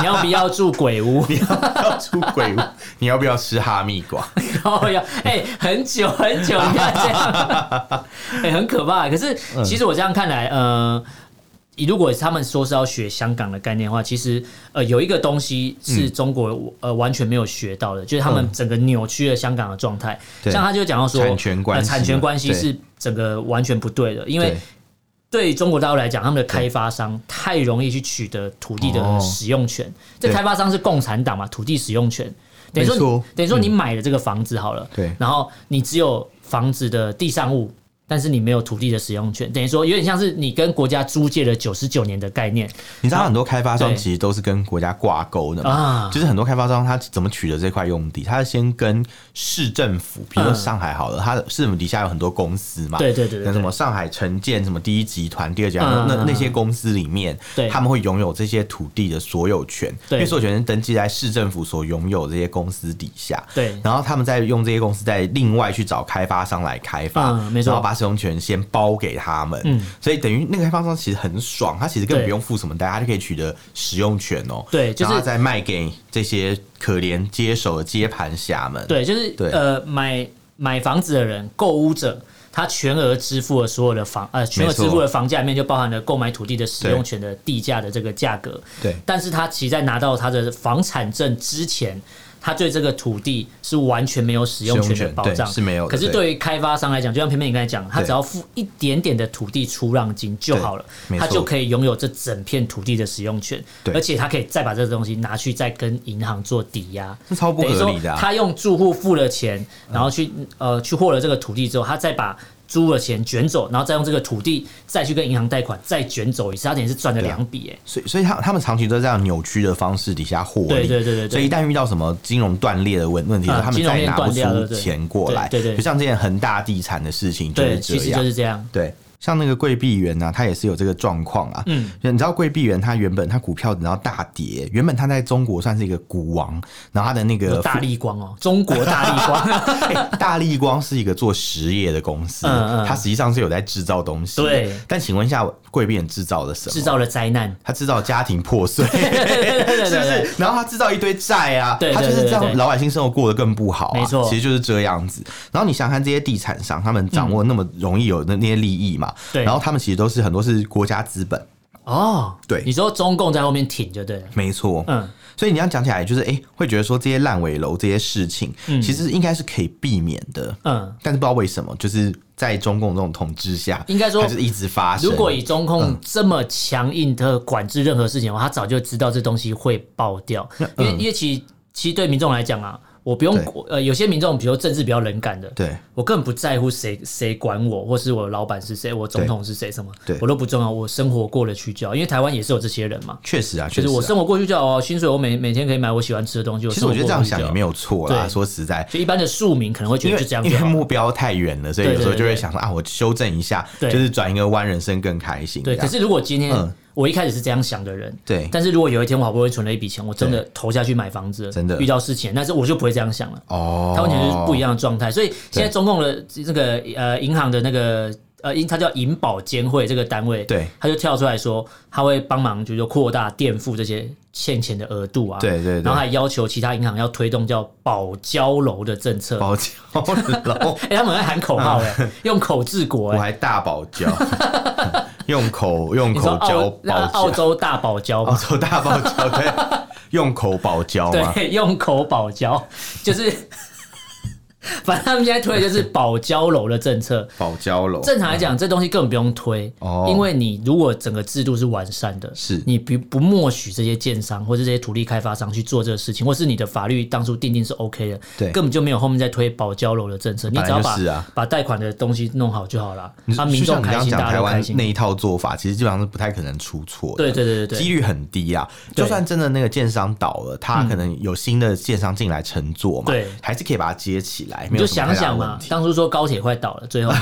[SPEAKER 2] 你要不要住鬼屋？
[SPEAKER 1] 你要不要出鬼屋？ 你要不要吃哈密瓜？
[SPEAKER 2] 哦要哎、很久很久，你看这样，哎、很可怕。可是
[SPEAKER 1] 嗯
[SPEAKER 2] 其实我这样看来，呃，如果他们说是要学香港的概念的话，其实呃有一个东西是
[SPEAKER 1] 嗯
[SPEAKER 2] 中国、呃完全没有学到的，就是他们整个扭曲了香港的状态。
[SPEAKER 1] 对
[SPEAKER 2] 像他就讲到说，
[SPEAKER 1] 产权关系
[SPEAKER 2] 呃产权关系
[SPEAKER 1] 对
[SPEAKER 2] 是整个完全不对 的，因为
[SPEAKER 1] 对
[SPEAKER 2] 对中国大陆来讲，他们的开发商太容易去取得土地的使用权。这
[SPEAKER 1] 哦对
[SPEAKER 2] 开发商是共产党嘛，土地使用权。等于说
[SPEAKER 1] 没
[SPEAKER 2] 你
[SPEAKER 1] 错，嗯
[SPEAKER 2] 等于说你买了这个房子好了，
[SPEAKER 1] 对
[SPEAKER 2] 然后你只有房子的地上物，但是你没有土地的使用权，等于说有点像是你跟国家租借了九十九年的概念
[SPEAKER 1] 你知道很多开发商
[SPEAKER 2] 对
[SPEAKER 1] 其实都是跟国家挂钩的嘛，
[SPEAKER 2] 啊
[SPEAKER 1] 就是很多开发商他怎么取得这块用地，他先跟市政府，比如说
[SPEAKER 2] 嗯
[SPEAKER 1] 上海好了，他的市政府底下有很多公司嘛，
[SPEAKER 2] 对对对对
[SPEAKER 1] 那什么上海城建什么第一集团、第二集团，
[SPEAKER 2] 嗯嗯
[SPEAKER 1] 那
[SPEAKER 2] 嗯
[SPEAKER 1] 那些公司里面，
[SPEAKER 2] 对
[SPEAKER 1] 他们会拥有这些土地的所有权，
[SPEAKER 2] 对
[SPEAKER 1] 因为所有权是登记在市政府所拥有这些公司底下，
[SPEAKER 2] 对
[SPEAKER 1] 然后他们再用这些公司再另外去找开发商来开发，
[SPEAKER 2] 嗯没错
[SPEAKER 1] 然后把使用权先包给他们，
[SPEAKER 2] 嗯
[SPEAKER 1] 所以等于那个开发商其实很爽，他其实根本
[SPEAKER 2] 对
[SPEAKER 1] 不用付什么代价，他就可以取得使用权哦、
[SPEAKER 2] 对就是
[SPEAKER 1] 然后再卖给这些可怜接手的接盘侠们，
[SPEAKER 2] 对，就是
[SPEAKER 1] 对
[SPEAKER 2] 呃买买房子的人，购屋者。他全额支付了所有的房，呃，全额
[SPEAKER 1] 没错
[SPEAKER 2] 支付的房价里面就包含了购买土地的使用权的地价的这个价格。
[SPEAKER 1] 对
[SPEAKER 2] 但是他其实在拿到他的房产证之前，他对这个土地是完全没有使用权
[SPEAKER 1] 使用
[SPEAKER 2] 的
[SPEAKER 1] 权
[SPEAKER 2] 保障，
[SPEAKER 1] 对是没有的
[SPEAKER 2] 可是对于开发商来讲，就像偏偏你刚才讲，他
[SPEAKER 1] 对
[SPEAKER 2] 只要付一点点的土地出让金就好了
[SPEAKER 1] 对没，错
[SPEAKER 2] 他就可以拥有这整片土地的使用权，
[SPEAKER 1] 对
[SPEAKER 2] 而且他可以再把这个东西拿去再跟银行做抵押，
[SPEAKER 1] 这超不
[SPEAKER 2] 等于
[SPEAKER 1] 合
[SPEAKER 2] 说
[SPEAKER 1] 理的、啊。
[SPEAKER 2] 他用住户付了钱，然后去、呃去获了这个土地之后，他再把。租了钱卷走，然后再用这个土地再去跟银行贷款，再卷走一次，他等于是赚了
[SPEAKER 1] 对啊
[SPEAKER 2] 两笔、欸，
[SPEAKER 1] 所以，所以他他们长期都在这样扭曲的方式底下获利。
[SPEAKER 2] 对对对对对
[SPEAKER 1] 所以一旦遇到什么金融断裂的问问题的时候，
[SPEAKER 2] 啊
[SPEAKER 1] 他们
[SPEAKER 2] 金融
[SPEAKER 1] 再
[SPEAKER 2] 链
[SPEAKER 1] 拿不
[SPEAKER 2] 断裂了
[SPEAKER 1] 出
[SPEAKER 2] 对
[SPEAKER 1] 钱过来。
[SPEAKER 2] 对对对
[SPEAKER 1] 就像之前恒大地产的事情就
[SPEAKER 2] 对，
[SPEAKER 1] 是
[SPEAKER 2] 其
[SPEAKER 1] 这
[SPEAKER 2] 实
[SPEAKER 1] 样
[SPEAKER 2] 就。是这样。
[SPEAKER 1] 对，像那个桂碧园呢、啊它也是有这个状况啊。嗯，你知道桂碧园它原本它股票然后大跌，原本它在中国算是一个股王，然后它的那个
[SPEAKER 2] 大力光哦，中国大力 光，
[SPEAKER 1] 大力光是一个做实业的公司，
[SPEAKER 2] 嗯嗯
[SPEAKER 1] 它实际上是有在制造东西的。
[SPEAKER 2] 对
[SPEAKER 1] 但请问一下，桂碧园制造了什
[SPEAKER 2] 制
[SPEAKER 1] 么？
[SPEAKER 2] 造了 灾难。
[SPEAKER 1] 它制造家庭破 碎。
[SPEAKER 2] 对对对对
[SPEAKER 1] 是不
[SPEAKER 2] 对，
[SPEAKER 1] 是？然后他制造一堆债啊，
[SPEAKER 2] 对对
[SPEAKER 1] 他就是这
[SPEAKER 2] 对对
[SPEAKER 1] 样，
[SPEAKER 2] 对
[SPEAKER 1] 老百姓生活过得更不好啊。
[SPEAKER 2] 没错
[SPEAKER 1] 其实就是这样子。然后你想想看，这些地产商他们掌握那么容易有那那些利益嘛？
[SPEAKER 2] 对
[SPEAKER 1] 然后他们其实都是很多是国家资本，
[SPEAKER 2] 哦，
[SPEAKER 1] 对
[SPEAKER 2] 你说中共在后面挺就对了。
[SPEAKER 1] 没错。
[SPEAKER 2] 嗯，
[SPEAKER 1] 所以你要讲起来，就是哎、诶会觉得说这些烂尾楼这些事情，其实应该是可以避免的。
[SPEAKER 2] 嗯，
[SPEAKER 1] 但是不知道为什么，就是在中共这种统治下，
[SPEAKER 2] 应该说
[SPEAKER 1] 它就是一嗯直发生。
[SPEAKER 2] 如果以中共这么强硬的管制任何事情的话，他早就知道这东西会爆掉，因为因为其实其实对民众来讲啊，我不用
[SPEAKER 1] 嗯对
[SPEAKER 2] 呃，有些民众比如说政治比较冷感的，
[SPEAKER 1] 对
[SPEAKER 2] 我更不在乎谁谁管我，或是我老板是谁，我总统是谁，什么
[SPEAKER 1] 对
[SPEAKER 2] 我都不重要，我生活过得去就好。因为台湾也是有这些人嘛，
[SPEAKER 1] 确实啊，确
[SPEAKER 2] 就
[SPEAKER 1] 实、
[SPEAKER 2] 是
[SPEAKER 1] 啊，
[SPEAKER 2] 我生活过去就好，哦薪水我每每天可以买我喜欢吃的东西。
[SPEAKER 1] 其实我觉得这样想也没
[SPEAKER 2] 有，
[SPEAKER 1] 有错啦。
[SPEAKER 2] 对
[SPEAKER 1] 说实在，
[SPEAKER 2] 就一般的庶民可能会觉
[SPEAKER 1] 因
[SPEAKER 2] 得
[SPEAKER 1] 为
[SPEAKER 2] 就这样
[SPEAKER 1] 因
[SPEAKER 2] 就
[SPEAKER 1] 为
[SPEAKER 2] 好。
[SPEAKER 1] 目标太远了，所以
[SPEAKER 2] 对
[SPEAKER 1] 有时候
[SPEAKER 2] 对对
[SPEAKER 1] 就会
[SPEAKER 2] 对
[SPEAKER 1] 想说啊，我修正一下，就
[SPEAKER 2] 对
[SPEAKER 1] 是转一个弯，人生更开心。
[SPEAKER 2] 对，
[SPEAKER 1] 这
[SPEAKER 2] 可
[SPEAKER 1] 样
[SPEAKER 2] 是如果今天
[SPEAKER 1] 嗯
[SPEAKER 2] 我一开始是这样想的人，
[SPEAKER 1] 对
[SPEAKER 2] 但是如果有一天我好不容易存了一笔钱，我真的投下去买房子了，
[SPEAKER 1] 真的
[SPEAKER 2] 遇到事情，但是我就不会这样想了。
[SPEAKER 1] 哦，
[SPEAKER 2] 它完全就是不一。样的状态。所以现在中共的这个呃银行的那个呃，因它叫银保监会这个单位，
[SPEAKER 1] 对，
[SPEAKER 2] 他就跳出来说，他会帮忙，就是扩大垫付这些欠钱的额度啊，
[SPEAKER 1] 对对对
[SPEAKER 2] 然后还要求其他银行要推动叫保交楼的政策。
[SPEAKER 1] 包饺楼，
[SPEAKER 2] 哎、他们在喊口号
[SPEAKER 1] 啊
[SPEAKER 2] 哎、用口治国
[SPEAKER 1] 我
[SPEAKER 2] 哎、
[SPEAKER 1] 还大保 胶，用口用
[SPEAKER 2] 你说
[SPEAKER 1] 口胶
[SPEAKER 2] 澳那澳
[SPEAKER 1] 保胶，
[SPEAKER 2] 洲大保交
[SPEAKER 1] 澳
[SPEAKER 2] 吗？
[SPEAKER 1] 洲哦大保 胶对，用口保胶嘛，
[SPEAKER 2] 对，用口保交就是， 反正他们现在推的就是保交楼的政策。
[SPEAKER 1] 保胶楼
[SPEAKER 2] 正常来讲，这东西根本不用推，
[SPEAKER 1] 哦
[SPEAKER 2] 因为你如果整个制度是完善的，
[SPEAKER 1] 是
[SPEAKER 2] 你不不默许这些建商或者这些土地开发商去做这个事情，或是你的法律当初定定是 OK 的，
[SPEAKER 1] 对
[SPEAKER 2] 根本就没有后面再推保交楼的政策，你只要
[SPEAKER 1] 本来
[SPEAKER 2] 把
[SPEAKER 1] 就是啊
[SPEAKER 2] 把贷款的东西弄好就好了，
[SPEAKER 1] 你
[SPEAKER 2] 啊，
[SPEAKER 1] 就
[SPEAKER 2] 民
[SPEAKER 1] 像
[SPEAKER 2] 众
[SPEAKER 1] 你刚
[SPEAKER 2] 开
[SPEAKER 1] 刚
[SPEAKER 2] 心，
[SPEAKER 1] 讲
[SPEAKER 2] 大家
[SPEAKER 1] 台
[SPEAKER 2] 都开
[SPEAKER 1] 湾
[SPEAKER 2] 心
[SPEAKER 1] 那，一套做法，其实基本上是不太可能出错的。
[SPEAKER 2] 对对对对
[SPEAKER 1] 几
[SPEAKER 2] 对，
[SPEAKER 1] 率很低啊。
[SPEAKER 2] 对
[SPEAKER 1] 就算真的那个建商倒了，他可能有新的建商进来乘坐嘛，
[SPEAKER 2] 对
[SPEAKER 1] 还是可以把它接起来，
[SPEAKER 2] 你
[SPEAKER 1] 没
[SPEAKER 2] 就
[SPEAKER 1] 有什么
[SPEAKER 2] 想
[SPEAKER 1] 太大
[SPEAKER 2] 想
[SPEAKER 1] 的
[SPEAKER 2] 嘛
[SPEAKER 1] 问，题。
[SPEAKER 2] 当初说高铁快倒了， 最后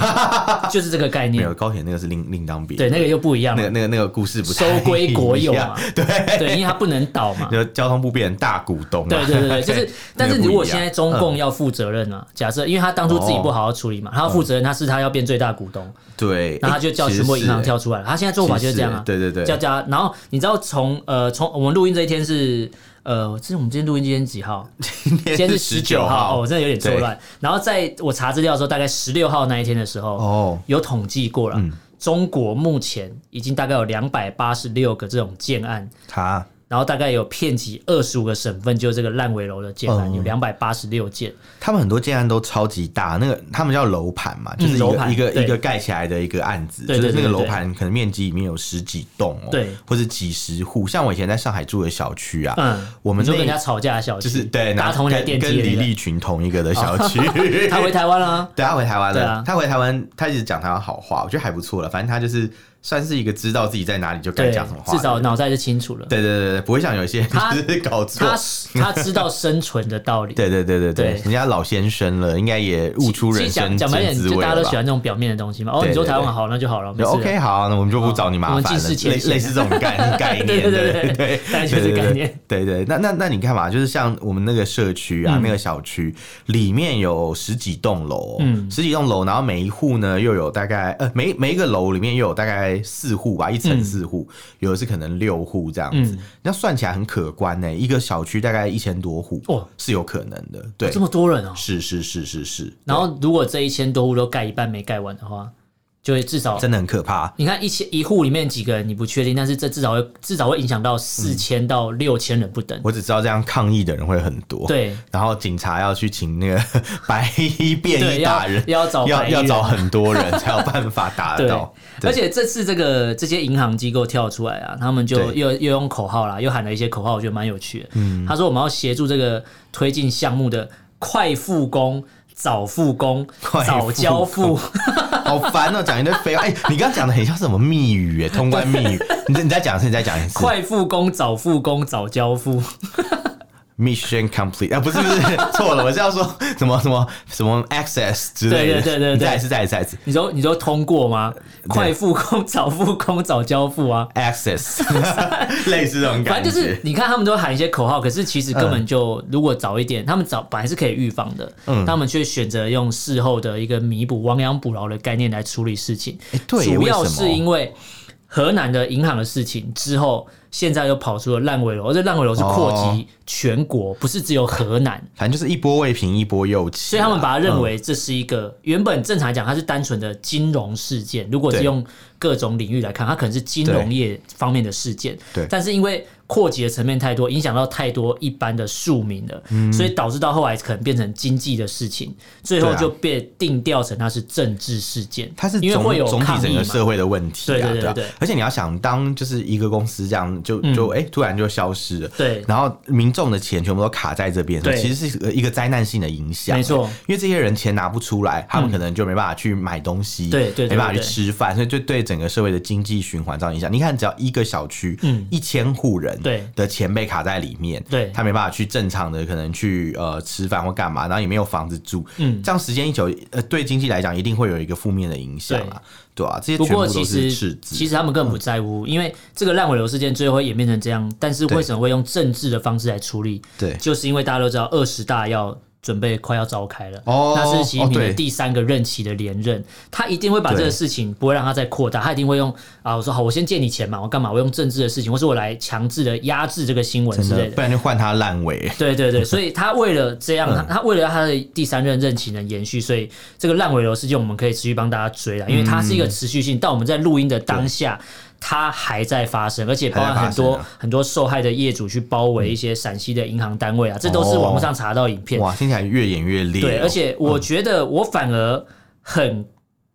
[SPEAKER 2] 就是这个概
[SPEAKER 1] 没
[SPEAKER 2] 念
[SPEAKER 1] 有。高铁那个是另另当别
[SPEAKER 2] 对，那个又不一样
[SPEAKER 1] 那
[SPEAKER 2] 了
[SPEAKER 1] 个。那个那个故事不
[SPEAKER 2] 收
[SPEAKER 1] 太
[SPEAKER 2] 归国有啊
[SPEAKER 1] 一样
[SPEAKER 2] 嘛，
[SPEAKER 1] 对，
[SPEAKER 2] 对，因为它不能倒嘛。
[SPEAKER 1] 就交通部变成大股东嘛，啊
[SPEAKER 2] 对 对对对，就是，但是如果现在中
[SPEAKER 1] 嗯
[SPEAKER 2] 共要负责任啊，假设因为他当初自己不好好处理嘛，他要负责任，他是他要变最大股东，
[SPEAKER 1] 对，
[SPEAKER 2] 然后他就叫全部银行
[SPEAKER 1] 跳
[SPEAKER 2] 跳出来了。他现在做法嗯就是这样啊，
[SPEAKER 1] 对对对，
[SPEAKER 2] 叫叫。然后你知道从呃从我们录音这一天是呃，这是我们今天录音今天几号？今天是十九号，哦，我真的有点错乱。然后在我查资料的时候，大概十六号那一天的时候，
[SPEAKER 1] 哦，
[SPEAKER 2] 有统计过了，中国目前已经大概有两百八十六个这种建案。
[SPEAKER 1] 他
[SPEAKER 2] 然后大概有遍及二十五个省份，就是这个烂尾楼的建
[SPEAKER 1] 嗯
[SPEAKER 2] 案、有两百八十六件，
[SPEAKER 1] 他们很多建案都超级大，那个他们叫楼盘嘛，就是一
[SPEAKER 2] 嗯楼
[SPEAKER 1] 个
[SPEAKER 2] 盘
[SPEAKER 1] 一个
[SPEAKER 2] 对
[SPEAKER 1] 一个盖起来的一个案子，
[SPEAKER 2] 对
[SPEAKER 1] 就是
[SPEAKER 2] 对
[SPEAKER 1] 那
[SPEAKER 2] 对
[SPEAKER 1] 个
[SPEAKER 2] 对
[SPEAKER 1] 楼
[SPEAKER 2] 对
[SPEAKER 1] 盘可能面积里面有十几栋哦，
[SPEAKER 2] 对，
[SPEAKER 1] 或者几十户。像我以前在上海住的小区啊，
[SPEAKER 2] 嗯，
[SPEAKER 1] 我们
[SPEAKER 2] 你说跟人
[SPEAKER 1] 那
[SPEAKER 2] 家吵架的小区，
[SPEAKER 1] 就是对，然
[SPEAKER 2] 搭
[SPEAKER 1] 后
[SPEAKER 2] 同一台
[SPEAKER 1] 跟
[SPEAKER 2] 电
[SPEAKER 1] 跟
[SPEAKER 2] 梯的
[SPEAKER 1] 李
[SPEAKER 2] 那
[SPEAKER 1] 立群同一个的小区，
[SPEAKER 2] 个，他回台湾啦、
[SPEAKER 1] 对，他回台湾
[SPEAKER 2] 对
[SPEAKER 1] 了。
[SPEAKER 2] 啊
[SPEAKER 1] 他回台湾，他一直讲台湾好话，我觉得还不错了。反正他就是算是一个知道自己在哪里就该
[SPEAKER 2] 对
[SPEAKER 1] 讲什么，话的人，
[SPEAKER 2] 至少脑袋是清楚了，
[SPEAKER 1] 对对对对，不会像有一些人
[SPEAKER 2] 他
[SPEAKER 1] 就是 搞错。
[SPEAKER 2] 他他知道生存的道 理。
[SPEAKER 1] 对对对对对，
[SPEAKER 2] 对
[SPEAKER 1] 人家老先生了，应该也悟出
[SPEAKER 2] 其
[SPEAKER 1] 人
[SPEAKER 2] 实
[SPEAKER 1] 生
[SPEAKER 2] 讲讲白一
[SPEAKER 1] 真
[SPEAKER 2] 点，
[SPEAKER 1] 滋
[SPEAKER 2] 就
[SPEAKER 1] 味
[SPEAKER 2] 大家
[SPEAKER 1] 了
[SPEAKER 2] 都喜
[SPEAKER 1] 吧。
[SPEAKER 2] 欢这种表面的东西嘛。哦，
[SPEAKER 1] 对
[SPEAKER 2] 你说
[SPEAKER 1] 对
[SPEAKER 2] 台湾
[SPEAKER 1] 对
[SPEAKER 2] 好，那就好了，
[SPEAKER 1] 就
[SPEAKER 2] 没事了
[SPEAKER 1] OK，好，那我们就不找你麻
[SPEAKER 2] 我们
[SPEAKER 1] 烦
[SPEAKER 2] 尽释
[SPEAKER 1] 了，类
[SPEAKER 2] 前嫌
[SPEAKER 1] 类似这种概概念，
[SPEAKER 2] 对对对
[SPEAKER 1] 对
[SPEAKER 2] 对
[SPEAKER 1] 对，
[SPEAKER 2] 大概就这个概念
[SPEAKER 1] 对对对，那那那你看嘛，就是像我们那个社区啊，
[SPEAKER 2] 嗯
[SPEAKER 1] 那个小区里面有十几栋楼，
[SPEAKER 2] 嗯
[SPEAKER 1] 十几栋楼，然后每一户呢又有大概呃，每每一个楼里面又有大概四户吧，一层
[SPEAKER 2] 嗯
[SPEAKER 1] 四户，有的是可能六户这样子
[SPEAKER 2] 嗯，
[SPEAKER 1] 那算起来很可观呢，一个小区大概一千多户
[SPEAKER 2] 哇，
[SPEAKER 1] 是有可能的，对
[SPEAKER 2] 这，么多人哦。
[SPEAKER 1] 是是是是是，
[SPEAKER 2] 然后如果这一千多户都盖一半没盖完的话，就会至少
[SPEAKER 1] 真的很可怕。
[SPEAKER 2] 你看一千一户里面几个人你不确定，但是这至少会至少会影响到四千到六千人不等。
[SPEAKER 1] 我只知道这样抗议的人会很多，
[SPEAKER 2] 对
[SPEAKER 1] 然后警察要去请那个 白衣便
[SPEAKER 2] 对，
[SPEAKER 1] 衣打
[SPEAKER 2] 要
[SPEAKER 1] 人，
[SPEAKER 2] 要找
[SPEAKER 1] 要
[SPEAKER 2] 白衣
[SPEAKER 1] 要
[SPEAKER 2] 人
[SPEAKER 1] 找很多人才有办法打得
[SPEAKER 2] 对
[SPEAKER 1] 到。对
[SPEAKER 2] 而且这次这个这些银行机构跳出来啊，他们就
[SPEAKER 1] 对
[SPEAKER 2] 又又用口号啦，又喊了一些口号，我觉得蛮有趣的。
[SPEAKER 1] 嗯
[SPEAKER 2] 他说我们要协助这个推进项目的快复工、早复工
[SPEAKER 1] 快、
[SPEAKER 2] 早 交付，
[SPEAKER 1] 好烦哦、讲一堆废话。哎、你刚刚讲的很像什么密语哎，通关密 语。你再你再讲一次，你再讲一次。
[SPEAKER 2] 快复工、早复工、早交付。
[SPEAKER 1] Mission complete 啊，不是不是错了，我是要说什么什么什么 access 之类的。
[SPEAKER 2] 对对对对对
[SPEAKER 1] 你再一次，再一次，再一次
[SPEAKER 2] 你说你说通过吗？快复工、早复工、早交付啊！
[SPEAKER 1] access，类似这种
[SPEAKER 2] 反
[SPEAKER 1] 感觉。
[SPEAKER 2] 正就是你看他们都喊一些口号，可是其实根本就如果早一点，他们早本来是可以预防的，
[SPEAKER 1] 嗯
[SPEAKER 2] 他们却选择用事后的一个弥补亡羊补牢的概念来处理事情。
[SPEAKER 1] 哎对
[SPEAKER 2] 主要
[SPEAKER 1] 为什么
[SPEAKER 2] 是因为河南的银行的事情之后，现在又跑出了烂尾楼，而且烂尾楼是扩
[SPEAKER 1] 哦
[SPEAKER 2] 及全国，不是只有河南。
[SPEAKER 1] 反正就是一波未平一波又起啊，
[SPEAKER 2] 所以他们把它认为这是一个、
[SPEAKER 1] 嗯
[SPEAKER 2] 原本正常来讲，它是单纯的金融事件。如果是
[SPEAKER 1] 对
[SPEAKER 2] 用各种领域来看，它可能是金融业方面的事件。
[SPEAKER 1] 对
[SPEAKER 2] 但是因为扩及的层面太多，影响到太多一般的庶民了，
[SPEAKER 1] 嗯
[SPEAKER 2] 所以导致到后来可能变成经济的事情，最后
[SPEAKER 1] 对啊
[SPEAKER 2] 就被定调成它是政治事件。
[SPEAKER 1] 它是
[SPEAKER 2] 因为
[SPEAKER 1] 总
[SPEAKER 2] 会有
[SPEAKER 1] 总体
[SPEAKER 2] 抗
[SPEAKER 1] 整
[SPEAKER 2] 议
[SPEAKER 1] 个
[SPEAKER 2] 嘛。
[SPEAKER 1] 社会的问题、啊，
[SPEAKER 2] 对对对
[SPEAKER 1] 啊
[SPEAKER 2] 对对嗯
[SPEAKER 1] 而且你要想，当就是一个公司这样就就哎、突然就消失了，
[SPEAKER 2] 对
[SPEAKER 1] 然后民众的钱全部都卡在这边，
[SPEAKER 2] 对
[SPEAKER 1] 其实是一个一个灾难性的影响，
[SPEAKER 2] 没错
[SPEAKER 1] 因为这些人钱拿不出来，他们可能就没办法去买东西，
[SPEAKER 2] 嗯对对对
[SPEAKER 1] 没办法去
[SPEAKER 2] 对
[SPEAKER 1] 吃饭，所以就对整个社会的经济循环造成影响。你看，只要一个小区，
[SPEAKER 2] 嗯
[SPEAKER 1] 一千户人，
[SPEAKER 2] 对
[SPEAKER 1] 的钱被卡在里面，
[SPEAKER 2] 对
[SPEAKER 1] 他没办法去正常的可能去呃吃饭或干嘛，然后也没有房子住，
[SPEAKER 2] 嗯
[SPEAKER 1] 这样时间一久，呃，对经济来讲一定会有一个负面的影响啊，对啊，这些
[SPEAKER 2] 不
[SPEAKER 1] 全部
[SPEAKER 2] 过
[SPEAKER 1] 都
[SPEAKER 2] 其
[SPEAKER 1] 是
[SPEAKER 2] 实
[SPEAKER 1] 赤字，
[SPEAKER 2] 其实他们根本不在乎，因为这个烂尾楼事件最后会演变成这样，但是为什么会用政治的方式来处理？
[SPEAKER 1] 对
[SPEAKER 2] 就是因为大家都知道二十大要准备快要召开了，
[SPEAKER 1] 哦
[SPEAKER 2] 那是习近平
[SPEAKER 1] 哦对
[SPEAKER 2] 的第三个任期的连任，他一定会把这
[SPEAKER 1] 对
[SPEAKER 2] 个事情不会让它再扩大，他一定会用啊，我说好，我先借你钱嘛，我干嘛？我用政治的事情，或是我来强制的压制这个新闻
[SPEAKER 1] 真
[SPEAKER 2] 之
[SPEAKER 1] 的
[SPEAKER 2] 类，的
[SPEAKER 1] 不。然就换他烂尾。
[SPEAKER 2] 对对对，所以他为了这
[SPEAKER 1] 嗯
[SPEAKER 2] 样，他他为了他的第三任任期能延续，所以这个烂尾楼事件我们可以持续帮大家追了，因为它是一
[SPEAKER 1] 嗯
[SPEAKER 2] 个持续性。但我们在录音的当下，它还在发生，而且包
[SPEAKER 1] 还在
[SPEAKER 2] 含
[SPEAKER 1] 发
[SPEAKER 2] 很
[SPEAKER 1] 生
[SPEAKER 2] 多
[SPEAKER 1] 啊嗯
[SPEAKER 2] 很多受害的业主去包围一些陕西的银行单位啊，这都是网络上查到影片。
[SPEAKER 1] 哦哇，听起来越演越烈哦、
[SPEAKER 2] 对，而且我觉得我反而很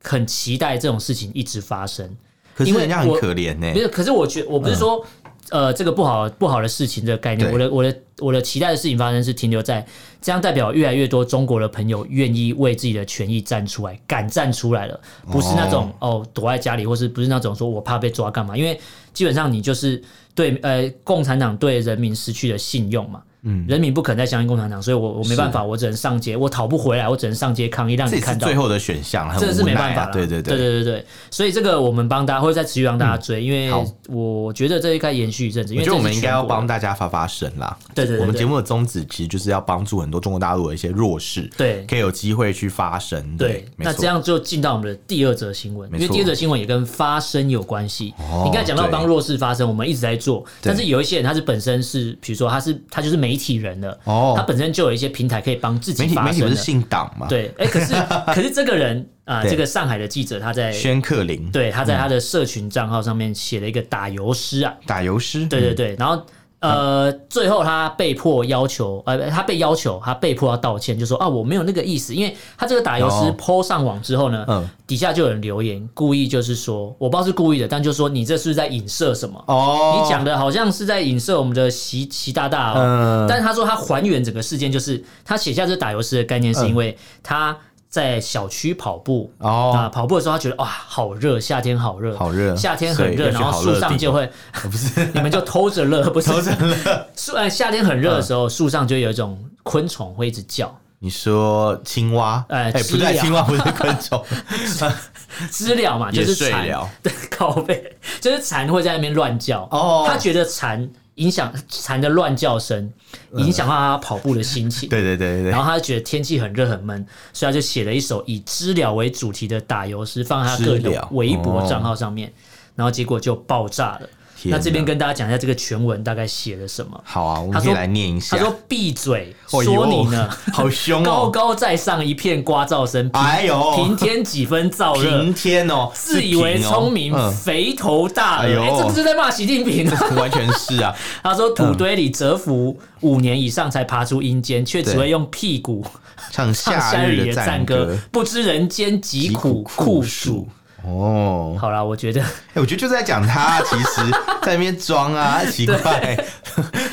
[SPEAKER 2] 很期待这种事情一直发生。
[SPEAKER 1] 可是
[SPEAKER 2] 因为
[SPEAKER 1] 人家很
[SPEAKER 2] 我
[SPEAKER 1] 可怜呢、
[SPEAKER 2] 不是，可是我觉我不是说、呃这个不好不好的事情的概念，
[SPEAKER 1] 嗯对
[SPEAKER 2] 我的我的我的期待的事情发生是停留在这样，代表越来越多中国的朋友愿意为自己的权益站出来，敢站出来了，不是那种哦躲在家里，或是不是那种说我怕被抓干嘛？因为基本上你就是对呃共产党对人民失去了信用嘛。嗯，人民不肯再相信共产党，所以我我没办法，我只能上街，我讨不回来，我只能上街抗议，让
[SPEAKER 1] 这也
[SPEAKER 2] 你
[SPEAKER 1] 是
[SPEAKER 2] 看到
[SPEAKER 1] 最。后的选项，很
[SPEAKER 2] 这是
[SPEAKER 1] 无
[SPEAKER 2] 没
[SPEAKER 1] 奈
[SPEAKER 2] 办法
[SPEAKER 1] 啊
[SPEAKER 2] 了，
[SPEAKER 1] 对对
[SPEAKER 2] 对对对对所以这个我们帮大家会再持续让大家追，因为
[SPEAKER 1] 好
[SPEAKER 2] 我觉得这应该延续一阵子，因
[SPEAKER 1] 我
[SPEAKER 2] 为
[SPEAKER 1] 觉得我
[SPEAKER 2] 这
[SPEAKER 1] 们
[SPEAKER 2] 是
[SPEAKER 1] 应该要
[SPEAKER 2] 全国
[SPEAKER 1] 帮大家发发声啦。
[SPEAKER 2] 对对对对
[SPEAKER 1] 我们节目的宗旨其实就是要帮助很多中国大陆的一些弱势，
[SPEAKER 2] 对
[SPEAKER 1] 可以有机会去发声。
[SPEAKER 2] 对，
[SPEAKER 1] 没
[SPEAKER 2] 那
[SPEAKER 1] 错
[SPEAKER 2] 这样就进到我们的第二则新闻，
[SPEAKER 1] 没
[SPEAKER 2] 因
[SPEAKER 1] 错
[SPEAKER 2] 为第二则新闻也跟发声有关系。
[SPEAKER 1] 哦
[SPEAKER 2] 你刚才讲到
[SPEAKER 1] 对
[SPEAKER 2] 帮弱势发声，我们一直在做，
[SPEAKER 1] 对
[SPEAKER 2] 但是有一些人他是本身是，比如说他是他就是媒体人的，
[SPEAKER 1] 哦
[SPEAKER 2] 他本身就有一些平台可以帮自
[SPEAKER 1] 媒
[SPEAKER 2] 己
[SPEAKER 1] 体
[SPEAKER 2] 发
[SPEAKER 1] 媒体
[SPEAKER 2] 声
[SPEAKER 1] 不是
[SPEAKER 2] 的。
[SPEAKER 1] 姓党嘛？，
[SPEAKER 2] 对，哎、可是可是这个人啊、
[SPEAKER 1] 对
[SPEAKER 2] 这个上海的记者他在
[SPEAKER 1] 宣嗯克林，
[SPEAKER 2] 对他在他的社群账号上面写了一个打油诗啊，
[SPEAKER 1] 打油诗，
[SPEAKER 2] 对对对，然后。呃，最后他被迫要求，呃，他被要求，他被迫要道歉，就说啊，我没有那个意思，因为他这个打油诗
[SPEAKER 1] 哦
[SPEAKER 2] PO 上网之后呢，
[SPEAKER 1] 嗯
[SPEAKER 2] 底下就有人留言，故意就是说，我不知道是故意的，但就说你这是不是在影射什么？
[SPEAKER 1] 哦，
[SPEAKER 2] 你讲的好像是在影射我们的习习大大
[SPEAKER 1] 嗯
[SPEAKER 2] 哦，但他说他还原整个事件，就是他写下这打油诗的概念，是因为他在小区跑步，啊、
[SPEAKER 1] 哦，
[SPEAKER 2] 跑步的时候他觉得哇好热，夏天好热，
[SPEAKER 1] 好热
[SPEAKER 2] 夏天很
[SPEAKER 1] 所以要
[SPEAKER 2] 热，
[SPEAKER 1] 去
[SPEAKER 2] 然后
[SPEAKER 1] 好热
[SPEAKER 2] 树
[SPEAKER 1] 的
[SPEAKER 2] 上
[SPEAKER 1] 地哦
[SPEAKER 2] 就会不是 你们就偷着 乐，不是偷着乐， 树呃夏天很热的时
[SPEAKER 1] 嗯
[SPEAKER 2] 候，树上就有一种昆虫会一直叫
[SPEAKER 1] 你说青蛙，
[SPEAKER 2] 哎
[SPEAKER 1] 哎，不
[SPEAKER 2] 知
[SPEAKER 1] 对，
[SPEAKER 2] 了
[SPEAKER 1] 青蛙不是昆 虫，
[SPEAKER 2] 知了嘛，就
[SPEAKER 1] 也
[SPEAKER 2] 是
[SPEAKER 1] 睡
[SPEAKER 2] 蝉
[SPEAKER 1] 了，
[SPEAKER 2] 对，靠背就是蝉会在那边乱叫
[SPEAKER 1] 哦
[SPEAKER 2] 他觉得蝉影响蝉的乱叫声影响到他跑步的心情，
[SPEAKER 1] 嗯对对对对对，
[SPEAKER 2] 然后他觉得天气很热很闷，所以他就写了一首以知了为主题的打油诗，放在他个人
[SPEAKER 1] 知
[SPEAKER 2] 的
[SPEAKER 1] 了哦
[SPEAKER 2] 微博账号上面，然后结果就爆炸了。
[SPEAKER 1] 天
[SPEAKER 2] 那这边
[SPEAKER 1] 哪
[SPEAKER 2] 跟大家讲一下这个全文大概写了什么。
[SPEAKER 1] 好啊，我
[SPEAKER 2] 他
[SPEAKER 1] 们可
[SPEAKER 2] 说
[SPEAKER 1] 以来念一下
[SPEAKER 2] 他。说：“闭嘴，
[SPEAKER 1] 哎呦
[SPEAKER 2] 说你呢，
[SPEAKER 1] 好凶
[SPEAKER 2] 高
[SPEAKER 1] 哦！
[SPEAKER 2] 高在上一片刮噪声，平
[SPEAKER 1] 哎呦，
[SPEAKER 2] 平添几分燥热
[SPEAKER 1] 平，天哦，
[SPEAKER 2] 自
[SPEAKER 1] 是
[SPEAKER 2] 以为
[SPEAKER 1] 平哦
[SPEAKER 2] 聪明，
[SPEAKER 1] 嗯
[SPEAKER 2] 肥头大耳。
[SPEAKER 1] 哎呦
[SPEAKER 2] 哎，这不是在骂习近 平啊？
[SPEAKER 1] 完全是 啊，
[SPEAKER 2] 他说土堆里蛰伏五年以上才爬出阴间，却只
[SPEAKER 1] 对
[SPEAKER 2] 会用屁股
[SPEAKER 1] 唱嗯
[SPEAKER 2] 唱
[SPEAKER 1] 夏
[SPEAKER 2] 山
[SPEAKER 1] 日
[SPEAKER 2] 里
[SPEAKER 1] 的
[SPEAKER 2] 的赞歌
[SPEAKER 1] 歌，，
[SPEAKER 2] 不知人间疾苦酷暑。。
[SPEAKER 1] 哦，
[SPEAKER 2] 好啦，我觉得，
[SPEAKER 1] 哎、我觉得就在讲他，其实在那边装啊，奇 怪。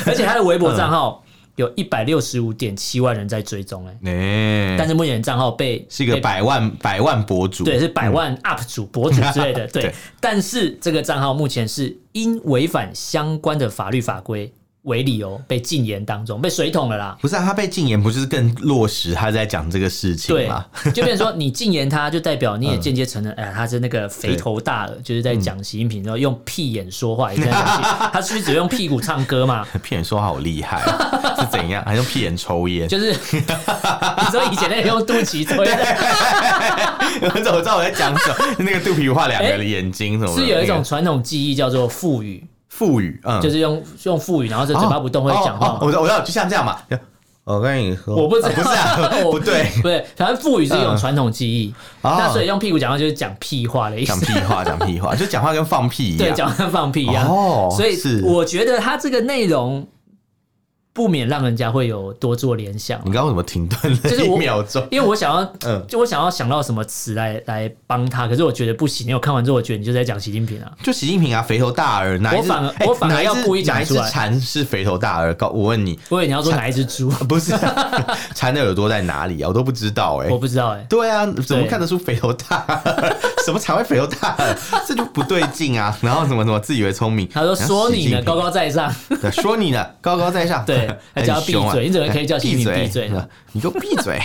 [SPEAKER 2] 而且他的微博账号有一百六十五点七万人在追踪、欸，哎，
[SPEAKER 1] 哎、
[SPEAKER 2] 但是目前账号被
[SPEAKER 1] 是一个
[SPEAKER 2] 被
[SPEAKER 1] 百万百万博主，
[SPEAKER 2] 对，是百万 UP 主、博主之类 的，对
[SPEAKER 1] 嗯对。
[SPEAKER 2] 但是这个账号目前是因违反相关的法律法规为理由被禁言当中，被水桶了啦。
[SPEAKER 1] 不是啊？他被禁言，不是更落实他在讲这个事情
[SPEAKER 2] 对
[SPEAKER 1] 吗？，
[SPEAKER 2] 就变成说你禁言他，就代表
[SPEAKER 1] 嗯
[SPEAKER 2] 你也间接承认，哎呀，他是那个肥头大耳，就是在讲习近平，然后用屁眼说话，也在讲习 他是不是只用屁股唱歌嘛？
[SPEAKER 1] 骗人说话好厉害，啊 是怎样？还用屁眼抽烟？
[SPEAKER 2] 就是 你说以前那个用肚脐抽烟的，
[SPEAKER 1] 我怎么知道我在讲什么？ 那个肚皮画两个眼睛什么的？
[SPEAKER 2] 哎是有一
[SPEAKER 1] 那
[SPEAKER 2] 种
[SPEAKER 1] 个
[SPEAKER 2] 传统技艺叫做腹语，
[SPEAKER 1] 腹语，嗯，
[SPEAKER 2] 就是用用腹语，然后就
[SPEAKER 1] 哦
[SPEAKER 2] 嘴巴不动会讲
[SPEAKER 1] 哦
[SPEAKER 2] 话
[SPEAKER 1] 哦我
[SPEAKER 2] 嘛。
[SPEAKER 1] 知道，我知道，就像这样嘛。我跟你说，
[SPEAKER 2] 我不知道
[SPEAKER 1] 啊不是 啊，
[SPEAKER 2] 我
[SPEAKER 1] 不对，
[SPEAKER 2] 对，反正腹语是一种
[SPEAKER 1] 嗯
[SPEAKER 2] 传统技艺，
[SPEAKER 1] 哦
[SPEAKER 2] 那所以用屁股讲话就是讲屁话的意
[SPEAKER 1] 讲
[SPEAKER 2] 思。
[SPEAKER 1] 屁啊话，讲屁话，就讲话跟放屁一
[SPEAKER 2] 对，
[SPEAKER 1] 样。
[SPEAKER 2] 讲跟放屁一样。
[SPEAKER 1] 哦
[SPEAKER 2] 所以
[SPEAKER 1] 是
[SPEAKER 2] 我觉得他这个内容不免让人家会有多做联想
[SPEAKER 1] 你，刚刚为什么停顿
[SPEAKER 2] 就是
[SPEAKER 1] 了一
[SPEAKER 2] 我
[SPEAKER 1] 秒钟？
[SPEAKER 2] 因为我想要，
[SPEAKER 1] 嗯
[SPEAKER 2] 就我想要想到什么词来来帮他，可是我觉得不行，因为我看完之后，我觉得你就在讲习近平啊。
[SPEAKER 1] 就习近平啊，肥头大耳，哪一只
[SPEAKER 2] 我反而
[SPEAKER 1] 哎
[SPEAKER 2] 我反而
[SPEAKER 1] 哪一只
[SPEAKER 2] 要故意讲
[SPEAKER 1] 哪一
[SPEAKER 2] 出
[SPEAKER 1] 只
[SPEAKER 2] 来
[SPEAKER 1] 蝉是肥头大耳？告我问你，
[SPEAKER 2] 我以为你要说哪一只猪，
[SPEAKER 1] 不是蝉的耳朵在哪里啊？我都不知道 哎、
[SPEAKER 2] 我不知道哎、
[SPEAKER 1] 对啊，怎么看得出肥头大 耳？什么才会肥头大耳？这就不对劲啊！然后什么什么自以为聪明，
[SPEAKER 2] 他说
[SPEAKER 1] 然
[SPEAKER 2] 说
[SPEAKER 1] 后
[SPEAKER 2] 你
[SPEAKER 1] 习近
[SPEAKER 2] 呢，
[SPEAKER 1] 平
[SPEAKER 2] 高高在上，
[SPEAKER 1] 对说你呢，高高在上，
[SPEAKER 2] 对还叫 他
[SPEAKER 1] 很凶啊
[SPEAKER 2] 闭嘴你怎么可以叫习近平闭嘴呢？
[SPEAKER 1] 你就闭嘴，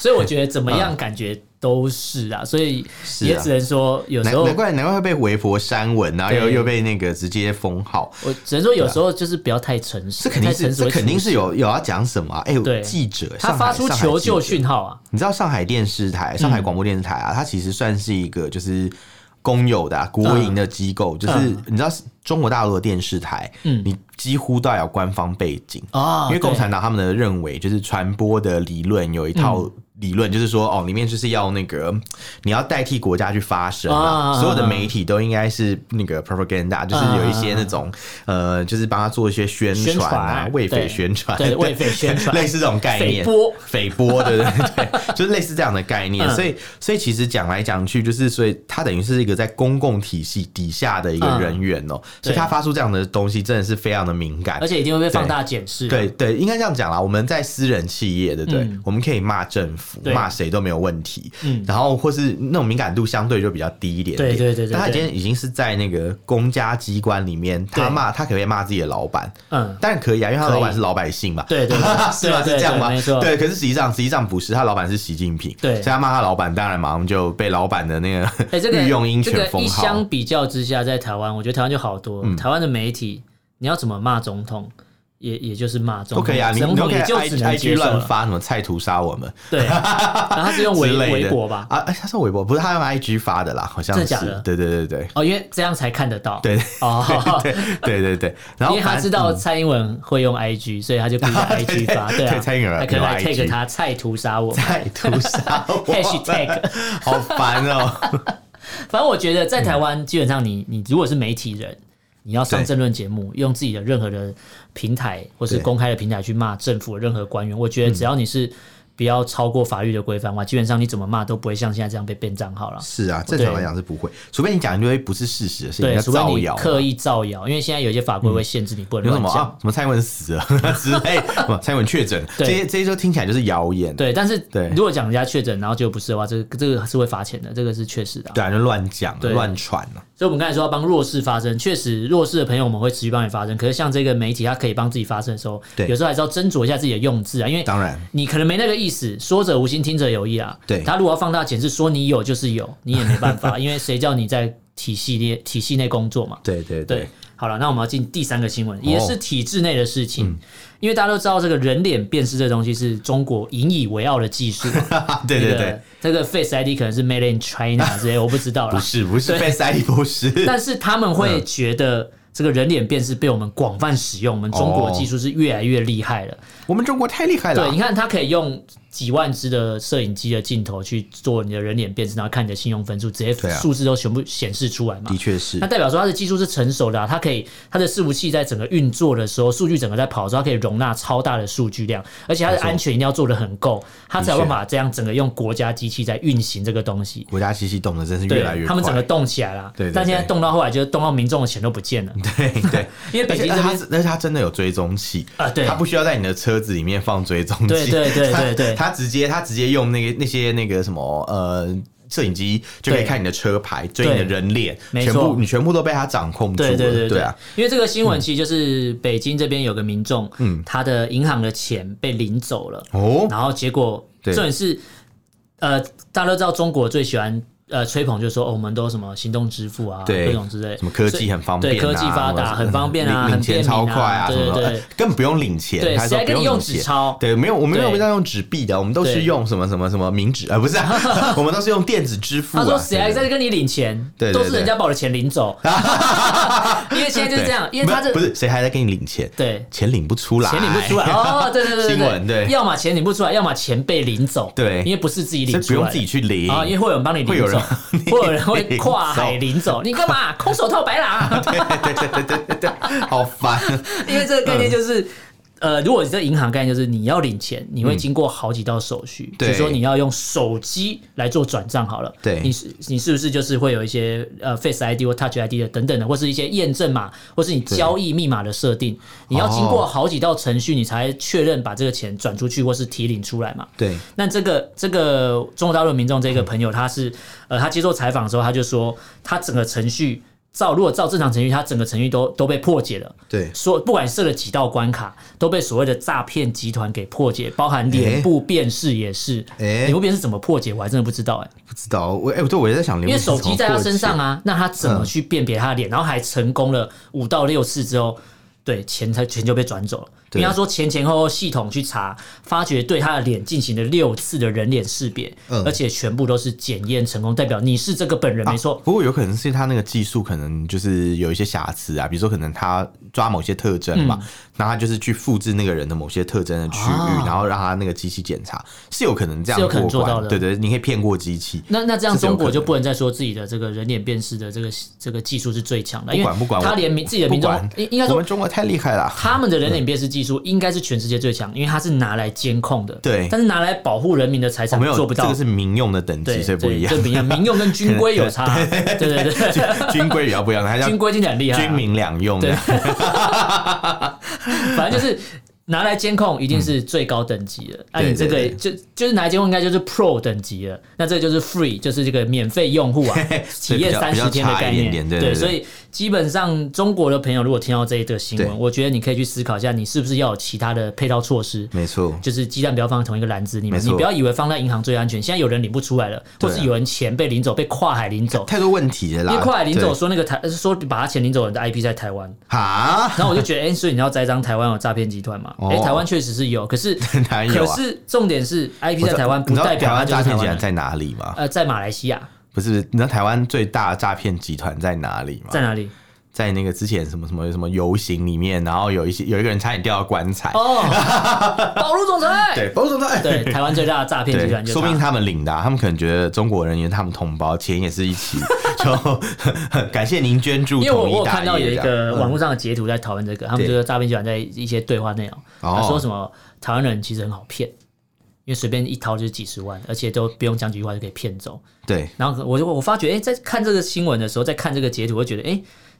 [SPEAKER 2] 所以我觉得怎么样，感觉都是啊，所以
[SPEAKER 1] 嗯是啊
[SPEAKER 2] 也只能说 有
[SPEAKER 1] 难
[SPEAKER 2] 时候
[SPEAKER 1] 难，怪难怪会被微博删文，然后又
[SPEAKER 2] 对
[SPEAKER 1] 又被那个直接封号，
[SPEAKER 2] 我只能说有时候就是不要太诚实，
[SPEAKER 1] 啊这肯定
[SPEAKER 2] 太
[SPEAKER 1] 是
[SPEAKER 2] 诚实
[SPEAKER 1] 这
[SPEAKER 2] 会
[SPEAKER 1] 肯定
[SPEAKER 2] 出
[SPEAKER 1] 是有有要讲什么啊？哎呦
[SPEAKER 2] 对，
[SPEAKER 1] 记者
[SPEAKER 2] 他发出求救，
[SPEAKER 1] 上海上海记者
[SPEAKER 2] 讯号啊，
[SPEAKER 1] 你知道上海电视台、上海广播电视台
[SPEAKER 2] 嗯
[SPEAKER 1] 啊，它其实算是一个就是公有的、啊、国营的机构，就是
[SPEAKER 2] 嗯
[SPEAKER 1] 你知道中国大陆的电视台，
[SPEAKER 2] 嗯
[SPEAKER 1] 你几乎都要有官方背景。
[SPEAKER 2] 啊，
[SPEAKER 1] 因为共
[SPEAKER 2] 对
[SPEAKER 1] 产党他们的认为，就是传播的理论有一
[SPEAKER 2] 嗯
[SPEAKER 1] 套理论，就是说哦，里面就是要那个你要代替国家去发声
[SPEAKER 2] 啊
[SPEAKER 1] 啊，所有的媒体都应该是那个 propaganda，就是有一些那种呃，就是帮他做一些宣
[SPEAKER 2] 宣
[SPEAKER 1] 传啊
[SPEAKER 2] 传，
[SPEAKER 1] 为匪
[SPEAKER 2] 对
[SPEAKER 1] 宣传，
[SPEAKER 2] 对为匪宣 传
[SPEAKER 1] 类似这种概念，
[SPEAKER 2] 匪波
[SPEAKER 1] 匪波，对对对，对就是类似这样的概念。
[SPEAKER 2] 嗯
[SPEAKER 1] 所以，所以其实讲来讲去，就是所以他等于是一个在公共体系底下的一个
[SPEAKER 2] 嗯
[SPEAKER 1] 人员哦，所
[SPEAKER 2] 对
[SPEAKER 1] 以他发出这样的东西，真的是非常的敏感
[SPEAKER 2] 而。且一定会被放大检视啊，
[SPEAKER 1] 对对，应该这样讲啦。我们在私人企业，对不对？
[SPEAKER 2] 嗯
[SPEAKER 1] 我们可以骂政府，服，
[SPEAKER 2] 对
[SPEAKER 1] 骂谁都没有问题。
[SPEAKER 2] 嗯
[SPEAKER 1] 然后或是那种敏感度相对就比较低一点点。
[SPEAKER 2] 对对对对
[SPEAKER 1] 但他
[SPEAKER 2] 对
[SPEAKER 1] 今天已经是在那个公家机关里面，他
[SPEAKER 2] 对
[SPEAKER 1] 骂他可不可以骂自己的老板？
[SPEAKER 2] 嗯，
[SPEAKER 1] 当然可以啊，因为他
[SPEAKER 2] 可以
[SPEAKER 1] 老板是老百姓嘛。
[SPEAKER 2] 对对对
[SPEAKER 1] 是吧？
[SPEAKER 2] 对
[SPEAKER 1] 是这样吗
[SPEAKER 2] 对对没？错
[SPEAKER 1] 对，可是实际上实际上不是，他老板是习近平，
[SPEAKER 2] 对
[SPEAKER 1] 所以他骂他老板，当然马上就被老板的那个
[SPEAKER 2] 哎、这个
[SPEAKER 1] 御用鹰
[SPEAKER 2] 这个
[SPEAKER 1] 犬封
[SPEAKER 2] 一
[SPEAKER 1] 号嗯
[SPEAKER 2] 相。比较之下，在台湾，我觉得台湾就好多。台湾的媒体，你要怎么骂总统，也也就是骂 总
[SPEAKER 1] 都
[SPEAKER 2] 统，
[SPEAKER 1] 可以啊，你
[SPEAKER 2] 总
[SPEAKER 1] 你都
[SPEAKER 2] 统
[SPEAKER 1] 可以
[SPEAKER 2] 也就
[SPEAKER 1] I
[SPEAKER 2] 只能
[SPEAKER 1] I G
[SPEAKER 2] 接受
[SPEAKER 1] 乱
[SPEAKER 2] 了。
[SPEAKER 1] 发什么菜屠杀我们
[SPEAKER 2] 对，然后是用
[SPEAKER 1] 之
[SPEAKER 2] 微
[SPEAKER 1] 类
[SPEAKER 2] 微
[SPEAKER 1] 的
[SPEAKER 2] 博吧？
[SPEAKER 1] 啊，哎他是微博，不是他用 I G 发的啦，好像
[SPEAKER 2] 真
[SPEAKER 1] 是
[SPEAKER 2] 的假的
[SPEAKER 1] 对对对对
[SPEAKER 2] 哦，因为这样才看得到。
[SPEAKER 1] 对
[SPEAKER 2] 哦，
[SPEAKER 1] 对对对 对，然后
[SPEAKER 2] 因为他
[SPEAKER 1] 反嗯
[SPEAKER 2] 知道蔡英文会用 IG，所以他 就故意把 IG 发，
[SPEAKER 1] 对对
[SPEAKER 2] 对啊，
[SPEAKER 1] 对蔡英文
[SPEAKER 2] 还可能还
[SPEAKER 1] 有 IG
[SPEAKER 2] take 他蔡屠杀我
[SPEAKER 1] 菜屠杀我
[SPEAKER 2] ，#hashtag。
[SPEAKER 1] 好烦哦。
[SPEAKER 2] 反正我觉得在台湾，基本上你你如果是媒体人，你要上
[SPEAKER 1] 嗯对
[SPEAKER 2] 政论节目，用自己的任何的平台或是
[SPEAKER 1] 对嗯
[SPEAKER 2] 公开的平台去骂政府的任何官员，我觉得只要你是不要超过法律的规范的话，基本上你怎么骂都不会像现在这样被变账号了。
[SPEAKER 1] 是啊，正常来讲是不会，除非你讲一堆不是事实的事情，
[SPEAKER 2] 对，
[SPEAKER 1] 叫
[SPEAKER 2] 除非
[SPEAKER 1] 造
[SPEAKER 2] 你
[SPEAKER 1] 谣啊。嗯
[SPEAKER 2] 刻意造谣，因为现在有些法规会限制你不能
[SPEAKER 1] 有什
[SPEAKER 2] 乱
[SPEAKER 1] 么
[SPEAKER 2] 讲。
[SPEAKER 1] 啊？什么蔡英文死了 之类，什么蔡英文确诊，这
[SPEAKER 2] 对
[SPEAKER 1] 些这些就听起来就是谣言，啊
[SPEAKER 2] 对，但是
[SPEAKER 1] 对
[SPEAKER 2] 如果讲人家确诊，然后就不是的话，这个这个是会罚钱的，这个是确实的啊、
[SPEAKER 1] 对啊，就乱讲
[SPEAKER 2] 对
[SPEAKER 1] 乱传啊
[SPEAKER 2] 所以我们刚才说要帮弱势发声，确实弱势的朋友我们会持续帮你发声。可是像这个媒体，它可以帮自己发声的时候，
[SPEAKER 1] 对
[SPEAKER 2] 有时候还是要斟酌一下自己的用字啊，因为
[SPEAKER 1] 当然
[SPEAKER 2] 你可能没那个意思，说者无心，听者有意啊。
[SPEAKER 1] 对
[SPEAKER 2] 他如果要放大解释，说你有就是有，你也没 办法，因为谁叫你在体系内体系内工作嘛。
[SPEAKER 1] 对对哦
[SPEAKER 2] 对，好了，那我们要进第三个新闻，也是体制内的事情，
[SPEAKER 1] 嗯
[SPEAKER 2] 因为大家都知道这个人脸辨识这东西是中国引以为傲的技术嘛。
[SPEAKER 1] 对
[SPEAKER 2] 这
[SPEAKER 1] 对
[SPEAKER 2] 个
[SPEAKER 1] 对，，
[SPEAKER 2] 这个 Face ID 可能是 Made in China 之类，我不知道啦。
[SPEAKER 1] 不是不是
[SPEAKER 2] 对
[SPEAKER 1] 被塞利不是，
[SPEAKER 2] 但是他们会觉得这个人脸辨识被我们广泛使用，我们中国技术是越来越厉害了。
[SPEAKER 1] 我们中国太厉害
[SPEAKER 2] 对，
[SPEAKER 1] 了啊
[SPEAKER 2] 你，看，它可以用几万支的摄影机的镜头去做你的人脸辨识，然后看你的信用分数，直接
[SPEAKER 1] 对啊
[SPEAKER 2] 数字都全部显示出来嘛
[SPEAKER 1] 的。确是
[SPEAKER 2] 那，代表说它的技术是成熟的、啊，它可以它的伺服器在整个运作的时候，数据整个在跑的时候，它可以容纳超大的数据量，而且它的安全一定要做的很够，它才有办法这样整个用国家机器在运行这个东西。
[SPEAKER 1] 国家机器动的真是
[SPEAKER 2] 对
[SPEAKER 1] 越来越，快，
[SPEAKER 2] 他们整个动起来了，
[SPEAKER 1] 对对
[SPEAKER 2] 但现在
[SPEAKER 1] 对
[SPEAKER 2] 动到后来，就是动到民众的钱都不见了。
[SPEAKER 1] 对对。
[SPEAKER 2] 因为
[SPEAKER 1] 而
[SPEAKER 2] 北
[SPEAKER 1] 且
[SPEAKER 2] 京这
[SPEAKER 1] 它
[SPEAKER 2] 边
[SPEAKER 1] 是，而且它真的有追踪器
[SPEAKER 2] 啊对
[SPEAKER 1] 它不需要在你的车子里面放追踪器，
[SPEAKER 2] 对对对对对
[SPEAKER 1] 它它直接它直接用那个那些那个什么呃摄影机就可以
[SPEAKER 2] 对
[SPEAKER 1] 看你的车牌，追你的
[SPEAKER 2] 对
[SPEAKER 1] 人脸，
[SPEAKER 2] 没
[SPEAKER 1] 全
[SPEAKER 2] 错
[SPEAKER 1] 部你全部都被它掌控住了，
[SPEAKER 2] 对对对
[SPEAKER 1] 对啊，，
[SPEAKER 2] 因为这个新闻其实就是北京这边有个民众，嗯，他的银行的钱被领走了，
[SPEAKER 1] 哦，
[SPEAKER 2] 然后结果
[SPEAKER 1] 对
[SPEAKER 2] 重点是，呃，大家都知道中国最喜欢。呃，吹捧就说、哦、我们都什么行动支付啊，
[SPEAKER 1] 对
[SPEAKER 2] 各种之类，
[SPEAKER 1] 什么科技很方便、啊，
[SPEAKER 2] 对，科技发达
[SPEAKER 1] 或者是
[SPEAKER 2] 很方便啊，
[SPEAKER 1] 领领
[SPEAKER 2] 很便
[SPEAKER 1] 钱
[SPEAKER 2] 民
[SPEAKER 1] 超快
[SPEAKER 2] 啊，对
[SPEAKER 1] 什么
[SPEAKER 2] 对
[SPEAKER 1] 的呃
[SPEAKER 2] 对，
[SPEAKER 1] 根本不用领钱，
[SPEAKER 2] 对
[SPEAKER 1] 他
[SPEAKER 2] 谁
[SPEAKER 1] 说
[SPEAKER 2] 还
[SPEAKER 1] 不
[SPEAKER 2] 跟你
[SPEAKER 1] 用
[SPEAKER 2] 用
[SPEAKER 1] 领
[SPEAKER 2] 纸
[SPEAKER 1] 钱。
[SPEAKER 2] 钞？
[SPEAKER 1] 对，没有，我们没有
[SPEAKER 2] 对
[SPEAKER 1] 在用纸币的，我们都是
[SPEAKER 2] 对
[SPEAKER 1] 用什么什么什么冥纸，呃，不是、 啊，我们都是用电子支付、啊。
[SPEAKER 2] 他说谁还
[SPEAKER 1] 对
[SPEAKER 2] 在跟你领钱？
[SPEAKER 1] 对对
[SPEAKER 2] 都
[SPEAKER 1] 对
[SPEAKER 2] 是人家把我的钱领 走，因为现在就是这样，
[SPEAKER 1] 对
[SPEAKER 2] 因为他
[SPEAKER 1] 没有
[SPEAKER 2] 这
[SPEAKER 1] 不是谁还在给你领钱，
[SPEAKER 2] 对
[SPEAKER 1] 钱领不出来，
[SPEAKER 2] 钱领不出来哦，对对对对
[SPEAKER 1] 啊新闻对
[SPEAKER 2] 要么钱领不出来，要么钱被领走，
[SPEAKER 1] 对
[SPEAKER 2] 因为不是自己
[SPEAKER 1] 所
[SPEAKER 2] 领
[SPEAKER 1] 以不
[SPEAKER 2] 出来
[SPEAKER 1] 用
[SPEAKER 2] 的，
[SPEAKER 1] 自己去领，
[SPEAKER 2] 啊，因为会有人帮你
[SPEAKER 1] 会
[SPEAKER 2] 领
[SPEAKER 1] 有
[SPEAKER 2] 走
[SPEAKER 1] 人，
[SPEAKER 2] 会有人会跨海
[SPEAKER 1] 领
[SPEAKER 2] 领走，你干嘛？空手套白狼，
[SPEAKER 1] 好 烦，
[SPEAKER 2] 因为这个概
[SPEAKER 1] 嗯
[SPEAKER 2] 念就是。呃，如果你在银行概念就是你要领钱，你会经过好几道手续，比
[SPEAKER 1] 嗯对
[SPEAKER 2] 如说你要用手机来做转账好了，
[SPEAKER 1] 对
[SPEAKER 2] 你是你是不是就是会有一些呃 Face ID 或 Touch ID 的等等的，或是一些验证码，或是你交易密码的设定，你要经
[SPEAKER 1] 哦
[SPEAKER 2] 过好几道程序，你才确认把这个钱转出去或是提领出来嘛。
[SPEAKER 1] 对，
[SPEAKER 2] 那这个这个中国大陆民众这个朋友，他是呃，他接受采访的时候，他就说，他整个程序照如果照正常程序，他整个程序都都被破解了。
[SPEAKER 1] 对
[SPEAKER 2] 说不管设了几道关卡，都被所谓的诈骗集团给破解，包含脸部辨识也是。
[SPEAKER 1] 诶
[SPEAKER 2] 脸部辨识怎么破解，我还真的不知道哎、
[SPEAKER 1] 不知道，我哎，对，我也在想，因
[SPEAKER 2] 因为手机在他身上啊，那他怎
[SPEAKER 1] 嗯
[SPEAKER 2] 么去辨别他的脸？然后还成功了五到六次之后，对钱才钱就被转走了。因
[SPEAKER 1] 对
[SPEAKER 2] 为他说前前后后系统去查，发觉对他的脸进行了六次的人脸识别，
[SPEAKER 1] 嗯啊
[SPEAKER 2] 而且全部都是检验成功，代表你是这个本人，没错。
[SPEAKER 1] 不过有可能是他那个技术可能就是有一些瑕疵啊，比如说可能他抓某些特征嘛，那他就是去复制那个人的某些特征的区域，
[SPEAKER 2] 嗯啊
[SPEAKER 1] 然后让他那个机器检查，是有可能这样
[SPEAKER 2] 是有可能
[SPEAKER 1] 过关
[SPEAKER 2] 做到的
[SPEAKER 1] 对对，你可以骗过机器。
[SPEAKER 2] 那那这样，
[SPEAKER 1] 这是有
[SPEAKER 2] 中国
[SPEAKER 1] 可能
[SPEAKER 2] 就不能再说自己的这个人脸辨识的这个这个技术是最强的，因为
[SPEAKER 1] 不管不管我
[SPEAKER 2] 他连民自己的民众
[SPEAKER 1] 不管
[SPEAKER 2] 应应该
[SPEAKER 1] 我
[SPEAKER 2] 说
[SPEAKER 1] 们中国太厉害了，啊
[SPEAKER 2] 他们的人脸辨识技术应该是全世界最强，因为它是拿来监控的，
[SPEAKER 1] 对
[SPEAKER 2] 但是拿来保护人民的财
[SPEAKER 1] 我
[SPEAKER 2] 产
[SPEAKER 1] 没有
[SPEAKER 2] 做不到，
[SPEAKER 1] 这个是民用的等级，
[SPEAKER 2] 对，
[SPEAKER 1] 所以不一样
[SPEAKER 2] 这。不一样，民用跟军规有差，对对对，
[SPEAKER 1] 军规比较不一样，它叫
[SPEAKER 2] 军规听起来很厉害啊，
[SPEAKER 1] 军民两用的。
[SPEAKER 2] 反正就是。拿来监控一定是最高等级的，那、
[SPEAKER 1] 对
[SPEAKER 2] 你这个
[SPEAKER 1] 对
[SPEAKER 2] 就就是拿来监控应该就是 Pro 等级了，那这个就是 Free，就是这个免费用 户啊，体验
[SPEAKER 1] 比较
[SPEAKER 2] 三十天的概
[SPEAKER 1] 比较差一点
[SPEAKER 2] 念。
[SPEAKER 1] 点对对对
[SPEAKER 2] 所以基本上中国的朋友如果听到这一个新
[SPEAKER 1] 对
[SPEAKER 2] 闻，我觉得你可以去思考一下，你是不是要有其他的配套措施。
[SPEAKER 1] 没错，
[SPEAKER 2] 就是鸡蛋不要放在同一个篮子里
[SPEAKER 1] 没
[SPEAKER 2] 面，
[SPEAKER 1] 错
[SPEAKER 2] 你不要以为放在银行最安全。现在有人领不出来了，或
[SPEAKER 1] 啊
[SPEAKER 2] 是有人钱被领走，被跨海 领走。
[SPEAKER 1] 太多问题了啦。
[SPEAKER 2] 因为跨海领走
[SPEAKER 1] 对
[SPEAKER 2] 说那个台呃说把他钱领走的人的 IP 在台湾，
[SPEAKER 1] 啊，
[SPEAKER 2] 然后我就觉得，哎、所以你要栽赃台湾有诈骗集团嘛？
[SPEAKER 1] 哦
[SPEAKER 2] 哎、台湾确实是有，可是
[SPEAKER 1] 哪有
[SPEAKER 2] 可
[SPEAKER 1] 啊？
[SPEAKER 2] 是重点是 IP
[SPEAKER 1] 我知
[SPEAKER 2] 在
[SPEAKER 1] 道
[SPEAKER 2] 台湾不
[SPEAKER 1] 你知道
[SPEAKER 2] 代表
[SPEAKER 1] 台
[SPEAKER 2] 它
[SPEAKER 1] 湾
[SPEAKER 2] 就
[SPEAKER 1] 诈
[SPEAKER 2] 是台
[SPEAKER 1] 骗集
[SPEAKER 2] 湾
[SPEAKER 1] 团
[SPEAKER 2] 人。
[SPEAKER 1] 在哪里吗？
[SPEAKER 2] 呃，在马来西亚
[SPEAKER 1] 不是，你知道台湾最大诈骗集团在哪里吗？
[SPEAKER 2] 在哪里？
[SPEAKER 1] 在那个之前什么什么什么游行里面，然后有一些有一个人差点掉到棺材。
[SPEAKER 2] 哦，保路总裁。
[SPEAKER 1] 对，包总在。
[SPEAKER 2] 对，台湾最大的诈骗集团
[SPEAKER 1] 对，
[SPEAKER 2] 就是
[SPEAKER 1] 说不定
[SPEAKER 2] 它。
[SPEAKER 1] 他们领的啊、他们可能觉得中国人因为他们同胞，钱也是一 起，就 感谢您捐助
[SPEAKER 2] 因为我
[SPEAKER 1] 统
[SPEAKER 2] 我
[SPEAKER 1] 一
[SPEAKER 2] 有
[SPEAKER 1] 大
[SPEAKER 2] 看
[SPEAKER 1] 业。
[SPEAKER 2] 到有
[SPEAKER 1] 这
[SPEAKER 2] 一
[SPEAKER 1] 样嗯
[SPEAKER 2] 个网络上的截图在讨论这个，他们
[SPEAKER 1] 对
[SPEAKER 2] 就是诈骗集团在一些对话内容，
[SPEAKER 1] 哦
[SPEAKER 2] 他说什么台湾人其实很好骗，因为随便一掏就是几十万，而且都不用讲几句话就可以骗走。
[SPEAKER 1] 对，
[SPEAKER 2] 然后我就我发觉，哎、在看这个新闻的时候，在看这个截图，我就觉得，哎、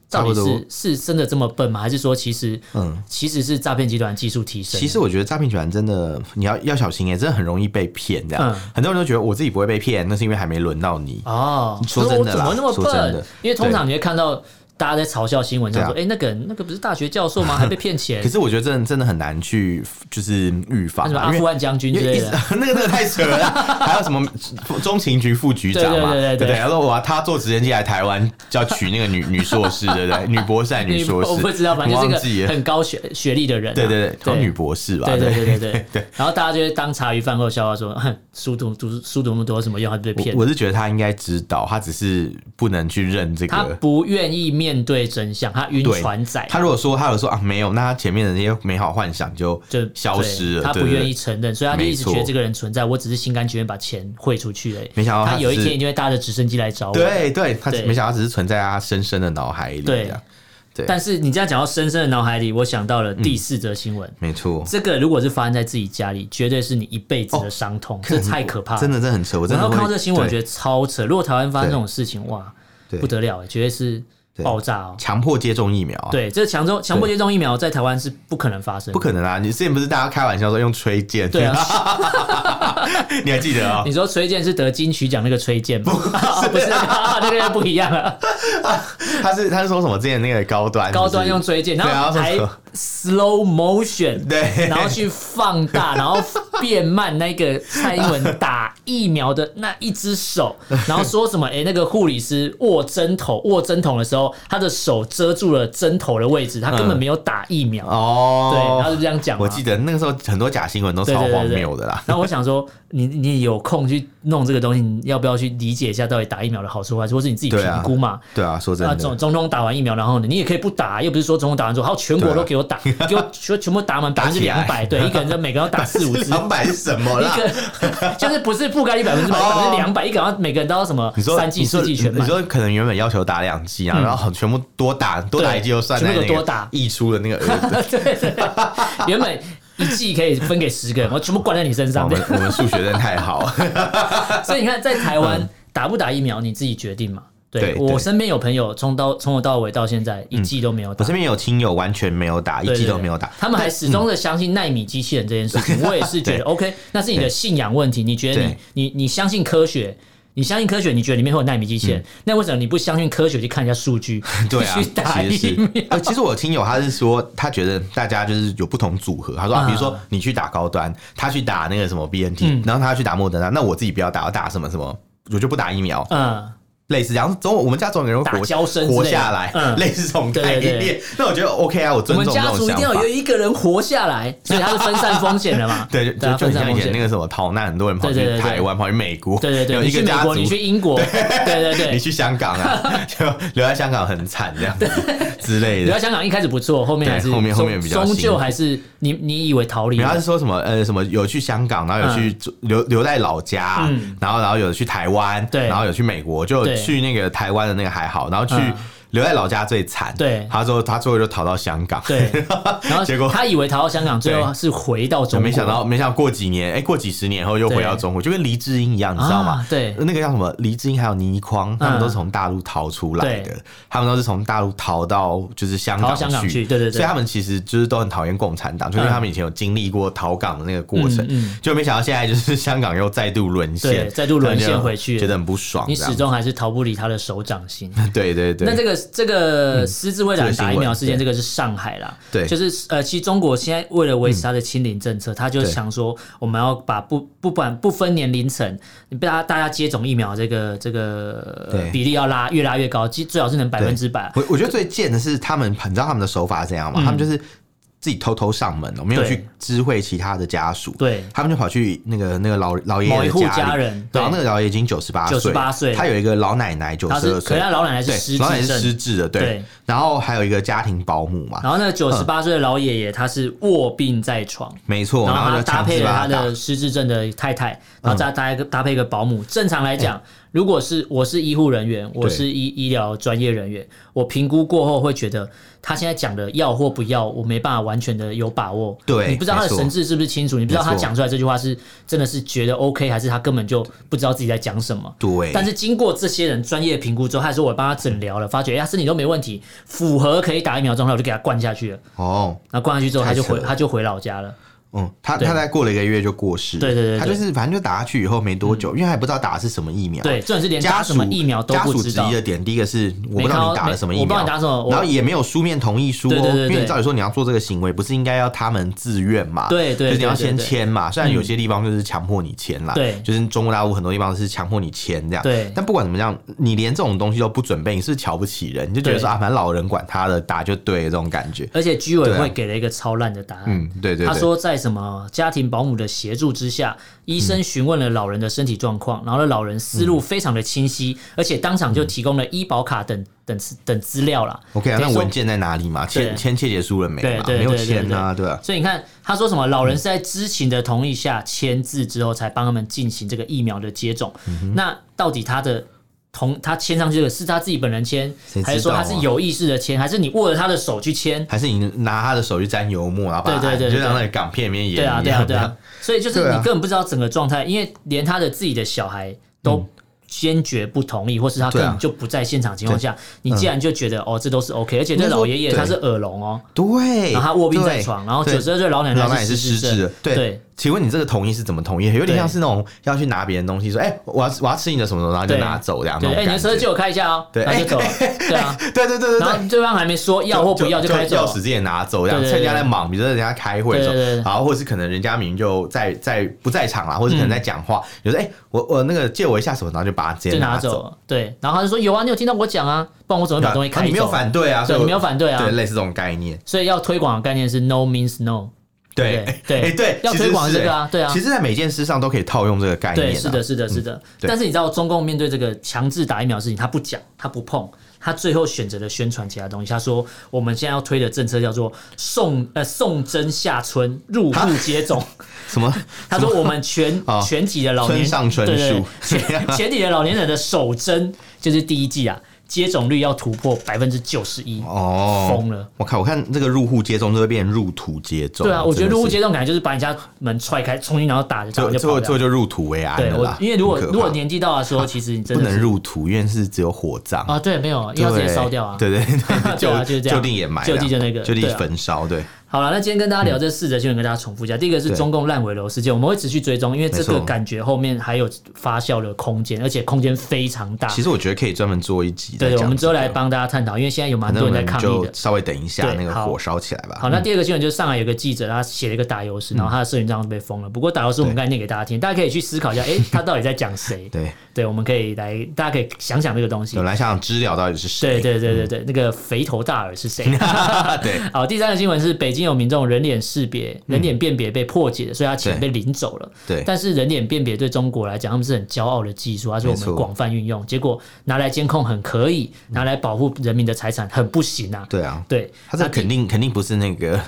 [SPEAKER 2] 到底
[SPEAKER 1] 差不
[SPEAKER 2] 是
[SPEAKER 1] 多
[SPEAKER 2] 是真的这么笨吗？还是说其实，
[SPEAKER 1] 嗯
[SPEAKER 2] 嗯，其实是诈骗集团技术提升？
[SPEAKER 1] 其实我觉得诈骗集团真的你要要小心耶、欸真的很容易被骗。这样、
[SPEAKER 2] 嗯
[SPEAKER 1] 很多人都觉得我自己不会被骗，那是因为还没轮到你。
[SPEAKER 2] 哦，
[SPEAKER 1] 说
[SPEAKER 2] 可是
[SPEAKER 1] 真的
[SPEAKER 2] 我怎
[SPEAKER 1] 啦
[SPEAKER 2] 么那么
[SPEAKER 1] 说真
[SPEAKER 2] 笨
[SPEAKER 1] 的？
[SPEAKER 2] 因为通常你会看到大家在嘲笑新闻上说，哎、
[SPEAKER 1] 对
[SPEAKER 2] 那个人那个不是大学教授 吗？还被骗钱
[SPEAKER 1] 可？是我觉得真的真的很难去就是预防
[SPEAKER 2] 那
[SPEAKER 1] 啊，
[SPEAKER 2] 什么阿
[SPEAKER 1] 因
[SPEAKER 2] 富
[SPEAKER 1] 为
[SPEAKER 2] 汗将军
[SPEAKER 1] 因
[SPEAKER 2] 之
[SPEAKER 1] 为
[SPEAKER 2] 类
[SPEAKER 1] 一直
[SPEAKER 2] 的。
[SPEAKER 1] 那个那个太扯了， 还有什么中情局副局长嘛，
[SPEAKER 2] 对对对对对
[SPEAKER 1] 不对？他说我要他坐直升机来台湾，就要娶那个女 女硕士，对不 对？女博士还是女硕士，
[SPEAKER 2] 我不知道，反正
[SPEAKER 1] 我
[SPEAKER 2] 就
[SPEAKER 1] 忘
[SPEAKER 2] 是
[SPEAKER 1] 记
[SPEAKER 2] 一个
[SPEAKER 1] 了。
[SPEAKER 2] 很高学学历的人、啊。
[SPEAKER 1] 对对对，好像
[SPEAKER 2] 对
[SPEAKER 1] 女博士吧，
[SPEAKER 2] 对对对
[SPEAKER 1] 对
[SPEAKER 2] 对对然后大家就会当茶余饭后笑话说，哼，书读读书读那么多有什么用？还被骗
[SPEAKER 1] 我。我是觉得他应该知道，他只是不能去认这
[SPEAKER 2] 他
[SPEAKER 1] 个。
[SPEAKER 2] 不愿意面对真相，他晕
[SPEAKER 1] 对
[SPEAKER 2] 船仔，
[SPEAKER 1] 他如果说他有说啊没有，那他前面的那些美好幻想就
[SPEAKER 2] 就
[SPEAKER 1] 消失了，
[SPEAKER 2] 对他
[SPEAKER 1] 对
[SPEAKER 2] 不
[SPEAKER 1] 对对
[SPEAKER 2] 愿意承认，所以他就一直
[SPEAKER 1] 没错
[SPEAKER 2] 觉得这个人存在。我只是心甘情愿把钱汇出去而已。
[SPEAKER 1] 没想到他
[SPEAKER 2] 他有一
[SPEAKER 1] 只是
[SPEAKER 2] 天一定会搭着直升机来找我。
[SPEAKER 1] 对对，他
[SPEAKER 2] 对
[SPEAKER 1] 没想到只是存在他深深的脑海里，
[SPEAKER 2] 对
[SPEAKER 1] 这样对
[SPEAKER 2] 但是你这样讲到深深的脑海里，我想到了第四则新闻。
[SPEAKER 1] 没错，
[SPEAKER 2] 这个如果是发生在自己家里，绝对是你一辈子的伤痛，这太可怕了。
[SPEAKER 1] 真的，真的很扯，我真
[SPEAKER 2] 然
[SPEAKER 1] 的
[SPEAKER 2] 后看到
[SPEAKER 1] 会
[SPEAKER 2] 这个新闻，我
[SPEAKER 1] 对
[SPEAKER 2] 觉得超扯。如果台湾发生
[SPEAKER 1] 对
[SPEAKER 2] 这种事情，哇
[SPEAKER 1] 对，
[SPEAKER 2] 不得了欸，绝对是
[SPEAKER 1] 对
[SPEAKER 2] 爆炸哦。
[SPEAKER 1] 强迫接种疫苗啊，
[SPEAKER 2] 对，这个强中强迫接种疫苗在台湾是不可能发生的
[SPEAKER 1] 不。可能啊！你之前不是大家开玩笑说用吹箭？
[SPEAKER 2] 对 啊，
[SPEAKER 1] 你还记得啊、
[SPEAKER 2] 你说崔健是得金曲奖那个崔健吗？哦不是，啊那个又不一样了。
[SPEAKER 1] 他是他是说什么？之前那个高端
[SPEAKER 2] 高端用
[SPEAKER 1] 是
[SPEAKER 2] 崔健，
[SPEAKER 1] 对
[SPEAKER 2] 然后
[SPEAKER 1] 然后
[SPEAKER 2] 还
[SPEAKER 1] 说
[SPEAKER 2] slow motion，
[SPEAKER 1] 对
[SPEAKER 2] 然后去放 大，然后变慢那个蔡英文打疫苗的那一只手，然后说什么？哎，那个护理师握针头，握针筒的时候，他的手遮住了针头的位置，他根本没有打疫
[SPEAKER 1] 不是
[SPEAKER 2] 苗。对，然后
[SPEAKER 1] 哦，
[SPEAKER 2] 就这样讲嘛。
[SPEAKER 1] 我记得那个时候很多假新闻都超
[SPEAKER 2] 对对对
[SPEAKER 1] 荒
[SPEAKER 2] 对
[SPEAKER 1] 谬的啦。
[SPEAKER 2] 然后我想说，你你有空去弄这个东西，你要不要去理解一下到底打疫苗的好处坏处，或是你自己
[SPEAKER 1] 对啊
[SPEAKER 2] 评估嘛？
[SPEAKER 1] 对啊，说真
[SPEAKER 2] 啊，
[SPEAKER 1] 的，
[SPEAKER 2] 总总统打完疫苗，然后呢，你也可以不打，又不是说总统打完之后，好，全国
[SPEAKER 1] 对啊
[SPEAKER 2] 都给我 打，给我全全部打满
[SPEAKER 1] 打
[SPEAKER 2] 百分之
[SPEAKER 1] 起来
[SPEAKER 2] 两百，对，一个人就每个人要打四五支，
[SPEAKER 1] 两百是什么啦
[SPEAKER 2] 一？个就是不是覆盖率百分之百，百分之两百，一个人要每个人都要什么
[SPEAKER 1] 你说
[SPEAKER 2] 三剂
[SPEAKER 1] 你说
[SPEAKER 2] 四剂全
[SPEAKER 1] 你
[SPEAKER 2] 满，嗯
[SPEAKER 1] 说可能原本要求打两剂啊，然后全部多打多打一剂就算，
[SPEAKER 2] 全部
[SPEAKER 1] 那
[SPEAKER 2] 都
[SPEAKER 1] 那个
[SPEAKER 2] 多打
[SPEAKER 1] 溢出的那个呃 额度
[SPEAKER 2] 对对，对原本一剂可以分给十个人，我全部灌在你身
[SPEAKER 1] 哇
[SPEAKER 2] 上
[SPEAKER 1] 我，们我们数学真的太好，
[SPEAKER 2] 所以你看，在台湾打不打疫苗你自己决定嘛。对
[SPEAKER 1] 嗯对对
[SPEAKER 2] 我身边有朋友从到从头到尾到现在一剂都没有
[SPEAKER 1] 我
[SPEAKER 2] 打，
[SPEAKER 1] 身边有亲友完全没有打，一
[SPEAKER 2] 对
[SPEAKER 1] 剂
[SPEAKER 2] 对
[SPEAKER 1] 都没有打
[SPEAKER 2] 对，他们还始终的相信纳米机器人这件事情。我也是觉得 OK，那是你的信仰问题。你觉得你
[SPEAKER 1] 对
[SPEAKER 2] 你你相信科学？你相信科学，你觉得里面会有纳米机器人，那为什么你不相信科学去看一下数据？
[SPEAKER 1] 嗯 对啊，
[SPEAKER 2] 你去打
[SPEAKER 1] 其实
[SPEAKER 2] 疫
[SPEAKER 1] 是
[SPEAKER 2] 苗。
[SPEAKER 1] 呃其实我听友他是说，他觉得大家就是有不同组合。他说，啊、
[SPEAKER 2] 嗯
[SPEAKER 1] 比如说你去打高端，他去打那个什么 BNT，、然后他去打莫德纳，那我自己不要打，我打什么什么。我就不打疫苗，
[SPEAKER 2] 嗯，
[SPEAKER 1] 类似这样，总我们家总有人
[SPEAKER 2] 打
[SPEAKER 1] 活
[SPEAKER 2] 交生之类的
[SPEAKER 1] 活下来，
[SPEAKER 2] 嗯
[SPEAKER 1] 类似这种概念。
[SPEAKER 2] 对对
[SPEAKER 1] 那我觉得 OK 啊，我
[SPEAKER 2] 我
[SPEAKER 1] 尊
[SPEAKER 2] 们
[SPEAKER 1] 重这
[SPEAKER 2] 家
[SPEAKER 1] 种
[SPEAKER 2] 族一
[SPEAKER 1] 想
[SPEAKER 2] 定要
[SPEAKER 1] 法。
[SPEAKER 2] 有。一个人活下来，所以他是分散风险的嘛
[SPEAKER 1] 对，就
[SPEAKER 2] 啊
[SPEAKER 1] 就很
[SPEAKER 2] 分散
[SPEAKER 1] 像以
[SPEAKER 2] 风
[SPEAKER 1] 前
[SPEAKER 2] 险
[SPEAKER 1] 那。个什么逃难，很多人跑
[SPEAKER 2] 对对
[SPEAKER 1] 去
[SPEAKER 2] 对对
[SPEAKER 1] 台湾，跑去美国，
[SPEAKER 2] 对对
[SPEAKER 1] 有
[SPEAKER 2] 对，
[SPEAKER 1] 一
[SPEAKER 2] 你去
[SPEAKER 1] 个
[SPEAKER 2] 美
[SPEAKER 1] 家族
[SPEAKER 2] 国，你去 英国，对对
[SPEAKER 1] 你
[SPEAKER 2] 对。
[SPEAKER 1] 去香港 啊，就留在香港很惨这样子之类
[SPEAKER 2] 留在
[SPEAKER 1] 的。
[SPEAKER 2] 香港一开始不错，后面还是
[SPEAKER 1] 对后面后面比较
[SPEAKER 2] 终终
[SPEAKER 1] 辛苦
[SPEAKER 2] 究还是你你以为逃离
[SPEAKER 1] 没有，他
[SPEAKER 2] 了
[SPEAKER 1] 是，说什么呃什么有去香港，然后有去住留留在老家
[SPEAKER 2] 嗯，
[SPEAKER 1] 然后然后有去台湾，
[SPEAKER 2] 对
[SPEAKER 1] 然后有去美国，就
[SPEAKER 2] 对
[SPEAKER 1] 去那个台湾的那个还好，然后去
[SPEAKER 2] 嗯
[SPEAKER 1] 留在老家最惨。
[SPEAKER 2] 对
[SPEAKER 1] 他说他最后就逃到香港，
[SPEAKER 2] 对，然后
[SPEAKER 1] 结果
[SPEAKER 2] 他以为逃到香港，最后是回到 中国，
[SPEAKER 1] 没想到，没想到过几年，哎、过几十年后又回到中国，就跟黎智英一样，你知道吗？
[SPEAKER 2] 啊对
[SPEAKER 1] 那个叫什么黎智英还有倪匡，他们都是从大陆逃出来的，
[SPEAKER 2] 嗯对
[SPEAKER 1] 他们都是从大陆逃到就是香
[SPEAKER 2] 逃
[SPEAKER 1] 港
[SPEAKER 2] 到香港去对对对
[SPEAKER 1] 所以他们其实就是都很讨厌共产党，就因为
[SPEAKER 2] 嗯
[SPEAKER 1] 他们以前有经历过逃港的那个过程，
[SPEAKER 2] 嗯
[SPEAKER 1] 就没想到现在就是香港又再度沦陷，
[SPEAKER 2] 对再度沦陷
[SPEAKER 1] 他们就
[SPEAKER 2] 回去了
[SPEAKER 1] 觉得很不爽，
[SPEAKER 2] 你
[SPEAKER 1] 这样
[SPEAKER 2] 始终还是逃不离他的手掌心。
[SPEAKER 1] 对对对，嗯
[SPEAKER 2] 那这个这个私自未
[SPEAKER 1] 这
[SPEAKER 2] 染
[SPEAKER 1] 个新
[SPEAKER 2] 打
[SPEAKER 1] 闻
[SPEAKER 2] 疫苗事件，
[SPEAKER 1] 对
[SPEAKER 2] 这个是上海啦，
[SPEAKER 1] 对嗯
[SPEAKER 2] 就是呃，其实中国现在为了维持它的清零政策，他就
[SPEAKER 1] 对
[SPEAKER 2] 想说，我们要把不不管不分年龄层，你大家大家接种疫苗这个这个呃
[SPEAKER 1] 对
[SPEAKER 2] 比例要拉越拉越高，最最好是能百分之百。
[SPEAKER 1] 我我觉得最贱的是他们，你知道他们的手法是怎样吗？他们就是自己偷偷上门哦，没有
[SPEAKER 2] 嗯对
[SPEAKER 1] 去知会其他的家属，
[SPEAKER 2] 对
[SPEAKER 1] 他们就跑去那个那个老老爷
[SPEAKER 2] 某
[SPEAKER 1] 爷
[SPEAKER 2] 一
[SPEAKER 1] 的
[SPEAKER 2] 户家
[SPEAKER 1] 里
[SPEAKER 2] 人
[SPEAKER 1] 然后那
[SPEAKER 2] 对
[SPEAKER 1] 个老爷已经九十八岁，
[SPEAKER 2] 98岁
[SPEAKER 1] 他有一个老奶奶九
[SPEAKER 2] 他
[SPEAKER 1] 十二
[SPEAKER 2] 是，可是
[SPEAKER 1] 岁，
[SPEAKER 2] 他老奶奶是失
[SPEAKER 1] 对，
[SPEAKER 2] 智
[SPEAKER 1] 老奶奶是失
[SPEAKER 2] 症，
[SPEAKER 1] 智的，对
[SPEAKER 2] 对，
[SPEAKER 1] 然后还有一个家庭保姆嘛，
[SPEAKER 2] 然后那九十八岁的老
[SPEAKER 1] 嗯
[SPEAKER 2] 爷爷他是卧病在床，
[SPEAKER 1] 没错，然
[SPEAKER 2] 然后
[SPEAKER 1] 后
[SPEAKER 2] 他
[SPEAKER 1] 就
[SPEAKER 2] 搭
[SPEAKER 1] 强
[SPEAKER 2] 配
[SPEAKER 1] 制
[SPEAKER 2] 了
[SPEAKER 1] 把
[SPEAKER 2] 他
[SPEAKER 1] 他打
[SPEAKER 2] 的失智症的太太，然
[SPEAKER 1] 嗯
[SPEAKER 2] 后再搭一个搭配一个保姆。正常来
[SPEAKER 1] 哎
[SPEAKER 2] 讲，如果是我是医护人员，我是医医疗专业人员，我评估过后会觉得他现在讲的要或不要，我没办法完全的有把握。
[SPEAKER 1] 对
[SPEAKER 2] 你不知道他的
[SPEAKER 1] 没错
[SPEAKER 2] 神智是不是清楚，你不知道他
[SPEAKER 1] 没错
[SPEAKER 2] 讲出来这句话是真的是觉得 OK，还是他根本就不知道自己在讲什么。
[SPEAKER 1] 对，
[SPEAKER 2] 但是经过这些人专业评估之后，他还说我帮他诊疗了，发觉哎、他身体都没问题，符合可以打疫苗状态，我就给他灌下去了。
[SPEAKER 1] 哦，
[SPEAKER 2] 然后灌下去之后，他就
[SPEAKER 1] 太扯
[SPEAKER 2] 回
[SPEAKER 1] 了
[SPEAKER 2] 他就回老家了。
[SPEAKER 1] 嗯，他
[SPEAKER 2] 对
[SPEAKER 1] 他在过了一个月就过世了，
[SPEAKER 2] 对对对对嗯
[SPEAKER 1] 他就是反正就打下去以后没多久，因为还不知道打的是什么疫苗，
[SPEAKER 2] 对，重点是连
[SPEAKER 1] 家
[SPEAKER 2] 打
[SPEAKER 1] 属
[SPEAKER 2] 什么疫苗都
[SPEAKER 1] 家
[SPEAKER 2] 不
[SPEAKER 1] 属
[SPEAKER 2] 知
[SPEAKER 1] 质
[SPEAKER 2] 道
[SPEAKER 1] 疑。的点，第一个是我不知道你打了什么疫
[SPEAKER 2] 没看到
[SPEAKER 1] 苗，
[SPEAKER 2] 没我不知道你打什么我
[SPEAKER 1] 然后也没有书面同意书哦，
[SPEAKER 2] 对对对对
[SPEAKER 1] 因为你照理说你要做这个行为，不是应该要他们自愿嘛？
[SPEAKER 2] 对对对
[SPEAKER 1] 就是你要
[SPEAKER 2] 对对
[SPEAKER 1] 先
[SPEAKER 2] 对嗯
[SPEAKER 1] 签嘛。虽然有些地方就是强迫你签啦，
[SPEAKER 2] 对
[SPEAKER 1] 就是中国大陆很多地方是强迫你签这样，
[SPEAKER 2] 对
[SPEAKER 1] 但不管怎么样，你连这种东西都不准备，你是瞧不起人，你就觉得说
[SPEAKER 2] 对
[SPEAKER 1] 啊，反正老人管他的，打就对了这种感觉。
[SPEAKER 2] 而且居委
[SPEAKER 1] 对
[SPEAKER 2] 会
[SPEAKER 1] 啊
[SPEAKER 2] 给了一个超烂的答案。
[SPEAKER 1] 嗯，对对
[SPEAKER 2] 他
[SPEAKER 1] 对，
[SPEAKER 2] 说，在什么家庭保姆的协助之下，医
[SPEAKER 1] 嗯
[SPEAKER 2] 生询问了老人的身体状况，然后呢，老人思路非常的清晰，而且当场就提供了医保卡等等等资料啦。
[SPEAKER 1] 嗯 OK 啊，
[SPEAKER 2] 等
[SPEAKER 1] 那
[SPEAKER 2] 于说
[SPEAKER 1] 文件在哪里嘛？签
[SPEAKER 2] 对
[SPEAKER 1] 签切结书了没
[SPEAKER 2] 对
[SPEAKER 1] 嘛？
[SPEAKER 2] 对
[SPEAKER 1] 没有
[SPEAKER 2] 对对
[SPEAKER 1] 签啊，
[SPEAKER 2] 对
[SPEAKER 1] 对吧？
[SPEAKER 2] 所以你看，他说什么？
[SPEAKER 1] 嗯
[SPEAKER 2] 老人是在知情的同意下签字之后，才帮他们进行这个疫苗的接种。
[SPEAKER 1] 嗯
[SPEAKER 2] 那到底他的同他签上去的是他自己本人签
[SPEAKER 1] 谁知道，啊
[SPEAKER 2] 还是说他是有意识的签，还是你握着他的手去签？
[SPEAKER 1] 还是你拿他的手去沾油墨，然后把它
[SPEAKER 2] 对对对
[SPEAKER 1] 按就像
[SPEAKER 2] 对
[SPEAKER 1] 那个港片里面演
[SPEAKER 2] 对啊，
[SPEAKER 1] 一
[SPEAKER 2] 对啊，
[SPEAKER 1] 样
[SPEAKER 2] 对啊。所以就是
[SPEAKER 1] 对啊
[SPEAKER 2] 你根本不知道整个状态，因为连他的自己的小孩都。坚决不同意，或是他
[SPEAKER 1] 嗯对
[SPEAKER 2] 根
[SPEAKER 1] 啊嗯
[SPEAKER 2] 本就不在现场情况下，你既然就觉得、哦，这都是 OK，而且
[SPEAKER 1] 应
[SPEAKER 2] 这
[SPEAKER 1] 该说
[SPEAKER 2] 老爷爷
[SPEAKER 1] 对
[SPEAKER 2] 他是耳聋哦，
[SPEAKER 1] 对，
[SPEAKER 2] 然后他卧病在
[SPEAKER 1] 对
[SPEAKER 2] 床，然后
[SPEAKER 1] 对
[SPEAKER 2] 九十二岁老奶奶
[SPEAKER 1] 老奶奶是失智
[SPEAKER 2] 症
[SPEAKER 1] 的，对。
[SPEAKER 2] 对，
[SPEAKER 1] 请问你这个同意是怎么同意？有点
[SPEAKER 2] 对
[SPEAKER 1] 像是那种要去拿别人东西，说：“哎、我要我要吃你的什么什么，然后就
[SPEAKER 2] 对
[SPEAKER 1] 拿走这样。”
[SPEAKER 2] 对，哎、你的车借我开一下哦、
[SPEAKER 1] 对
[SPEAKER 2] 然后就走 了，对啊，
[SPEAKER 1] 对对对对
[SPEAKER 2] 然
[SPEAKER 1] 对
[SPEAKER 2] 后，对方还没说要或不要就开走
[SPEAKER 1] 钥
[SPEAKER 2] 了
[SPEAKER 1] 匙，自己也拿走，这样
[SPEAKER 2] 对对
[SPEAKER 1] 趁
[SPEAKER 2] 对
[SPEAKER 1] 人家在忙，比如说人家开会的时候，
[SPEAKER 2] 对对对嗯
[SPEAKER 1] 然后或是可能人家明明就在在不在场啦，或者可能在讲话，就说：“哎、我我那个借我一下什么，然后就把它直接
[SPEAKER 2] 就拿
[SPEAKER 1] 走。
[SPEAKER 2] 走，对，然后他就说有啊，你有听到我讲啊，不然我怎么会把东西
[SPEAKER 1] 啊
[SPEAKER 2] 开走？
[SPEAKER 1] 你没有反对啊，所以
[SPEAKER 2] 对，你
[SPEAKER 1] 我
[SPEAKER 2] 没有反对啊
[SPEAKER 1] 对，，类似这种概念。
[SPEAKER 2] 所以要推广的概念是 no means no，
[SPEAKER 1] 对
[SPEAKER 2] 对对
[SPEAKER 1] 哎对，
[SPEAKER 2] 要
[SPEAKER 1] 其实
[SPEAKER 2] 推广
[SPEAKER 1] 是
[SPEAKER 2] 这个啊
[SPEAKER 1] 哎
[SPEAKER 2] 对啊
[SPEAKER 1] 其实，在每件事上都可以套用这个概念、啊。
[SPEAKER 2] 对，是的，，是的，是的。
[SPEAKER 1] 对
[SPEAKER 2] 但是你知道，中共面对这个强制打疫苗的事情，他不讲，他不碰，他最后选择了宣传其他东西。他说，我们现在要推的政策叫做送呃 送针下村入户接种。
[SPEAKER 1] 啊什 么？
[SPEAKER 2] 他说我们全
[SPEAKER 1] 哦
[SPEAKER 2] 全体的老年
[SPEAKER 1] 村上春树
[SPEAKER 2] 对对对全 全体的老年人的首针就是第一季啊，接种率要突破百分之九十一，
[SPEAKER 1] 哦，
[SPEAKER 2] 疯了。
[SPEAKER 1] 我靠，我看这个入户接种就会变入土接种。
[SPEAKER 2] 对啊，我觉得入户接
[SPEAKER 1] 种
[SPEAKER 2] 种感觉就是把你家门踹开，冲进然后打就
[SPEAKER 1] 就最后
[SPEAKER 2] 打就
[SPEAKER 1] 最后
[SPEAKER 2] 跑掉。
[SPEAKER 1] 就入土为安
[SPEAKER 2] 对
[SPEAKER 1] 了
[SPEAKER 2] 我
[SPEAKER 1] 啦，。
[SPEAKER 2] 因为如果
[SPEAKER 1] 很可怕
[SPEAKER 2] 如果年纪到的时候，其实你真
[SPEAKER 1] 不
[SPEAKER 2] 的
[SPEAKER 1] 能
[SPEAKER 2] 是
[SPEAKER 1] 入土，因为是只有火葬。
[SPEAKER 2] 啊，对，没有，要直接烧掉啊。
[SPEAKER 1] 对 对对，
[SPEAKER 2] 对啊就是这样
[SPEAKER 1] 就地掩埋啊，
[SPEAKER 2] 就地就那个
[SPEAKER 1] 就地
[SPEAKER 2] 对啊
[SPEAKER 1] 焚烧，对，
[SPEAKER 2] 好了，那今天跟大家聊这四则新闻，跟大家重复一下。第一个
[SPEAKER 1] 嗯
[SPEAKER 2] 是
[SPEAKER 1] 对
[SPEAKER 2] 中共烂尾楼事件，我们会持续追踪，因为这
[SPEAKER 1] 没
[SPEAKER 2] 个
[SPEAKER 1] 错
[SPEAKER 2] 感觉后面还有发酵的空间，而且空间非常大。
[SPEAKER 1] 其实我觉得可以专门做一集再
[SPEAKER 2] 啊
[SPEAKER 1] 讲这
[SPEAKER 2] 对对，
[SPEAKER 1] 个，
[SPEAKER 2] 我们之后来帮大家探讨，因为现在有蛮
[SPEAKER 1] 反正
[SPEAKER 2] 多
[SPEAKER 1] 我
[SPEAKER 2] 人在
[SPEAKER 1] 们
[SPEAKER 2] 抗议
[SPEAKER 1] 就
[SPEAKER 2] 的。
[SPEAKER 1] 稍微等一下
[SPEAKER 2] 对
[SPEAKER 1] 那个
[SPEAKER 2] 好
[SPEAKER 1] 火烧起来吧。
[SPEAKER 2] 好，那第二个新闻就是上海有个记者，他写了一个打油诗，然后他的摄影账号被封了。不过打油诗我们
[SPEAKER 1] 嗯对？
[SPEAKER 2] 刚才念给大家听，大家可以去思考一下，诶，他到底在讲谁
[SPEAKER 1] 对，
[SPEAKER 2] 对，我们可以来，大家可以想想这个东西
[SPEAKER 1] 我。来想想知了到底是谁？
[SPEAKER 2] 对对对对对，那个肥头大耳是谁？
[SPEAKER 1] 嗯 对，
[SPEAKER 2] 好，第三个新闻是北京有民众人脸识别、人脸辨别被破解，所以他钱
[SPEAKER 1] 对
[SPEAKER 2] 被领走了。
[SPEAKER 1] 对
[SPEAKER 2] 但是人脸辨别对中国来讲，他们是很骄傲的技术，而且我
[SPEAKER 1] 没
[SPEAKER 2] 们
[SPEAKER 1] 错嗯
[SPEAKER 2] 广泛运用，结果拿来监控很可以，拿来保护人民的财产很不行啊。
[SPEAKER 1] 对啊，
[SPEAKER 2] 对，
[SPEAKER 1] 他这
[SPEAKER 2] 那第
[SPEAKER 1] 肯定肯定不是那个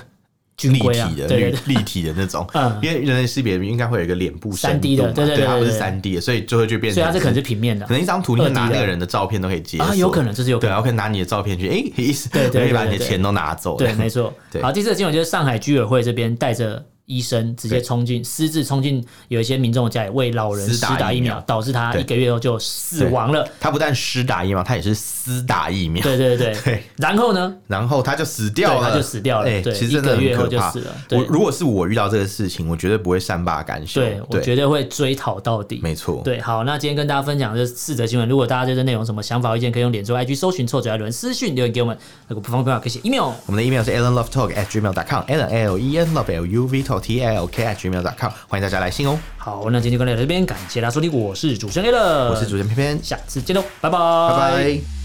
[SPEAKER 2] 军
[SPEAKER 1] 立
[SPEAKER 2] 规啊
[SPEAKER 1] 体的、
[SPEAKER 2] 对对
[SPEAKER 1] 立立体的那种
[SPEAKER 2] 嗯，
[SPEAKER 1] 因为人类识别应该会有一个脸部
[SPEAKER 2] 3D 的
[SPEAKER 1] 深度嘛
[SPEAKER 2] 对对对
[SPEAKER 1] 对，它不是
[SPEAKER 2] 对对
[SPEAKER 1] 三 D 的，所以就会就变
[SPEAKER 2] 所
[SPEAKER 1] 成
[SPEAKER 2] 以它这可能是平面的
[SPEAKER 1] 可能一张图，你就拿
[SPEAKER 2] 2D 的
[SPEAKER 1] 那个人的照片都可以解锁
[SPEAKER 2] 啊有可能这是有可
[SPEAKER 1] 对，
[SPEAKER 2] 能
[SPEAKER 1] 然后可以拿你的照片去，哎，意思
[SPEAKER 2] 对对对
[SPEAKER 1] 可以把你的
[SPEAKER 2] 对对
[SPEAKER 1] 钱都拿走，
[SPEAKER 2] 对，没错
[SPEAKER 1] 对。
[SPEAKER 2] 好，第四个新闻就是上海居委会这边带着医生直接冲进，私自冲进有一些民众的家里为老人
[SPEAKER 1] 私
[SPEAKER 2] 施
[SPEAKER 1] 打
[SPEAKER 2] 打
[SPEAKER 1] 疫
[SPEAKER 2] 疫
[SPEAKER 1] 苗
[SPEAKER 2] 苗，导致他
[SPEAKER 1] 对
[SPEAKER 2] 一个月后就死
[SPEAKER 1] 对
[SPEAKER 2] 亡了。
[SPEAKER 1] 他不但施打疫苗，他也是私打疫苗，
[SPEAKER 2] 对对 对
[SPEAKER 1] 对
[SPEAKER 2] 然后呢？
[SPEAKER 1] 然后他就死掉
[SPEAKER 2] 对
[SPEAKER 1] 了，
[SPEAKER 2] 他就死掉了
[SPEAKER 1] 哎
[SPEAKER 2] 对
[SPEAKER 1] 其实
[SPEAKER 2] 一
[SPEAKER 1] 真的
[SPEAKER 2] 个
[SPEAKER 1] 很
[SPEAKER 2] 月后
[SPEAKER 1] 可
[SPEAKER 2] 就
[SPEAKER 1] 怕
[SPEAKER 2] 死了。对
[SPEAKER 1] 我如果是我遇到这个事情，我绝对不会善罢甘休。
[SPEAKER 2] 对，我绝对会追讨到底。
[SPEAKER 1] 没错。
[SPEAKER 2] 对，好，那今天跟大家分享这四则新闻。如果大家对这内容有什么想法、意见，可以用脸书、IG 搜寻“臭嘴艾伦”私讯留言给我们。如果不方便的话，可以写 email。
[SPEAKER 1] 我们的 email 是 alanlovetalk at gmail com alan l e n love l u v talk t l k at gmail com，欢迎大家来信哦。
[SPEAKER 2] 好，那今天就跟大家聊到这边，感谢大家收听，我是主持人 a l
[SPEAKER 1] 我是主持人偏偏，
[SPEAKER 2] 呃下次见喽，拜
[SPEAKER 1] 拜拜。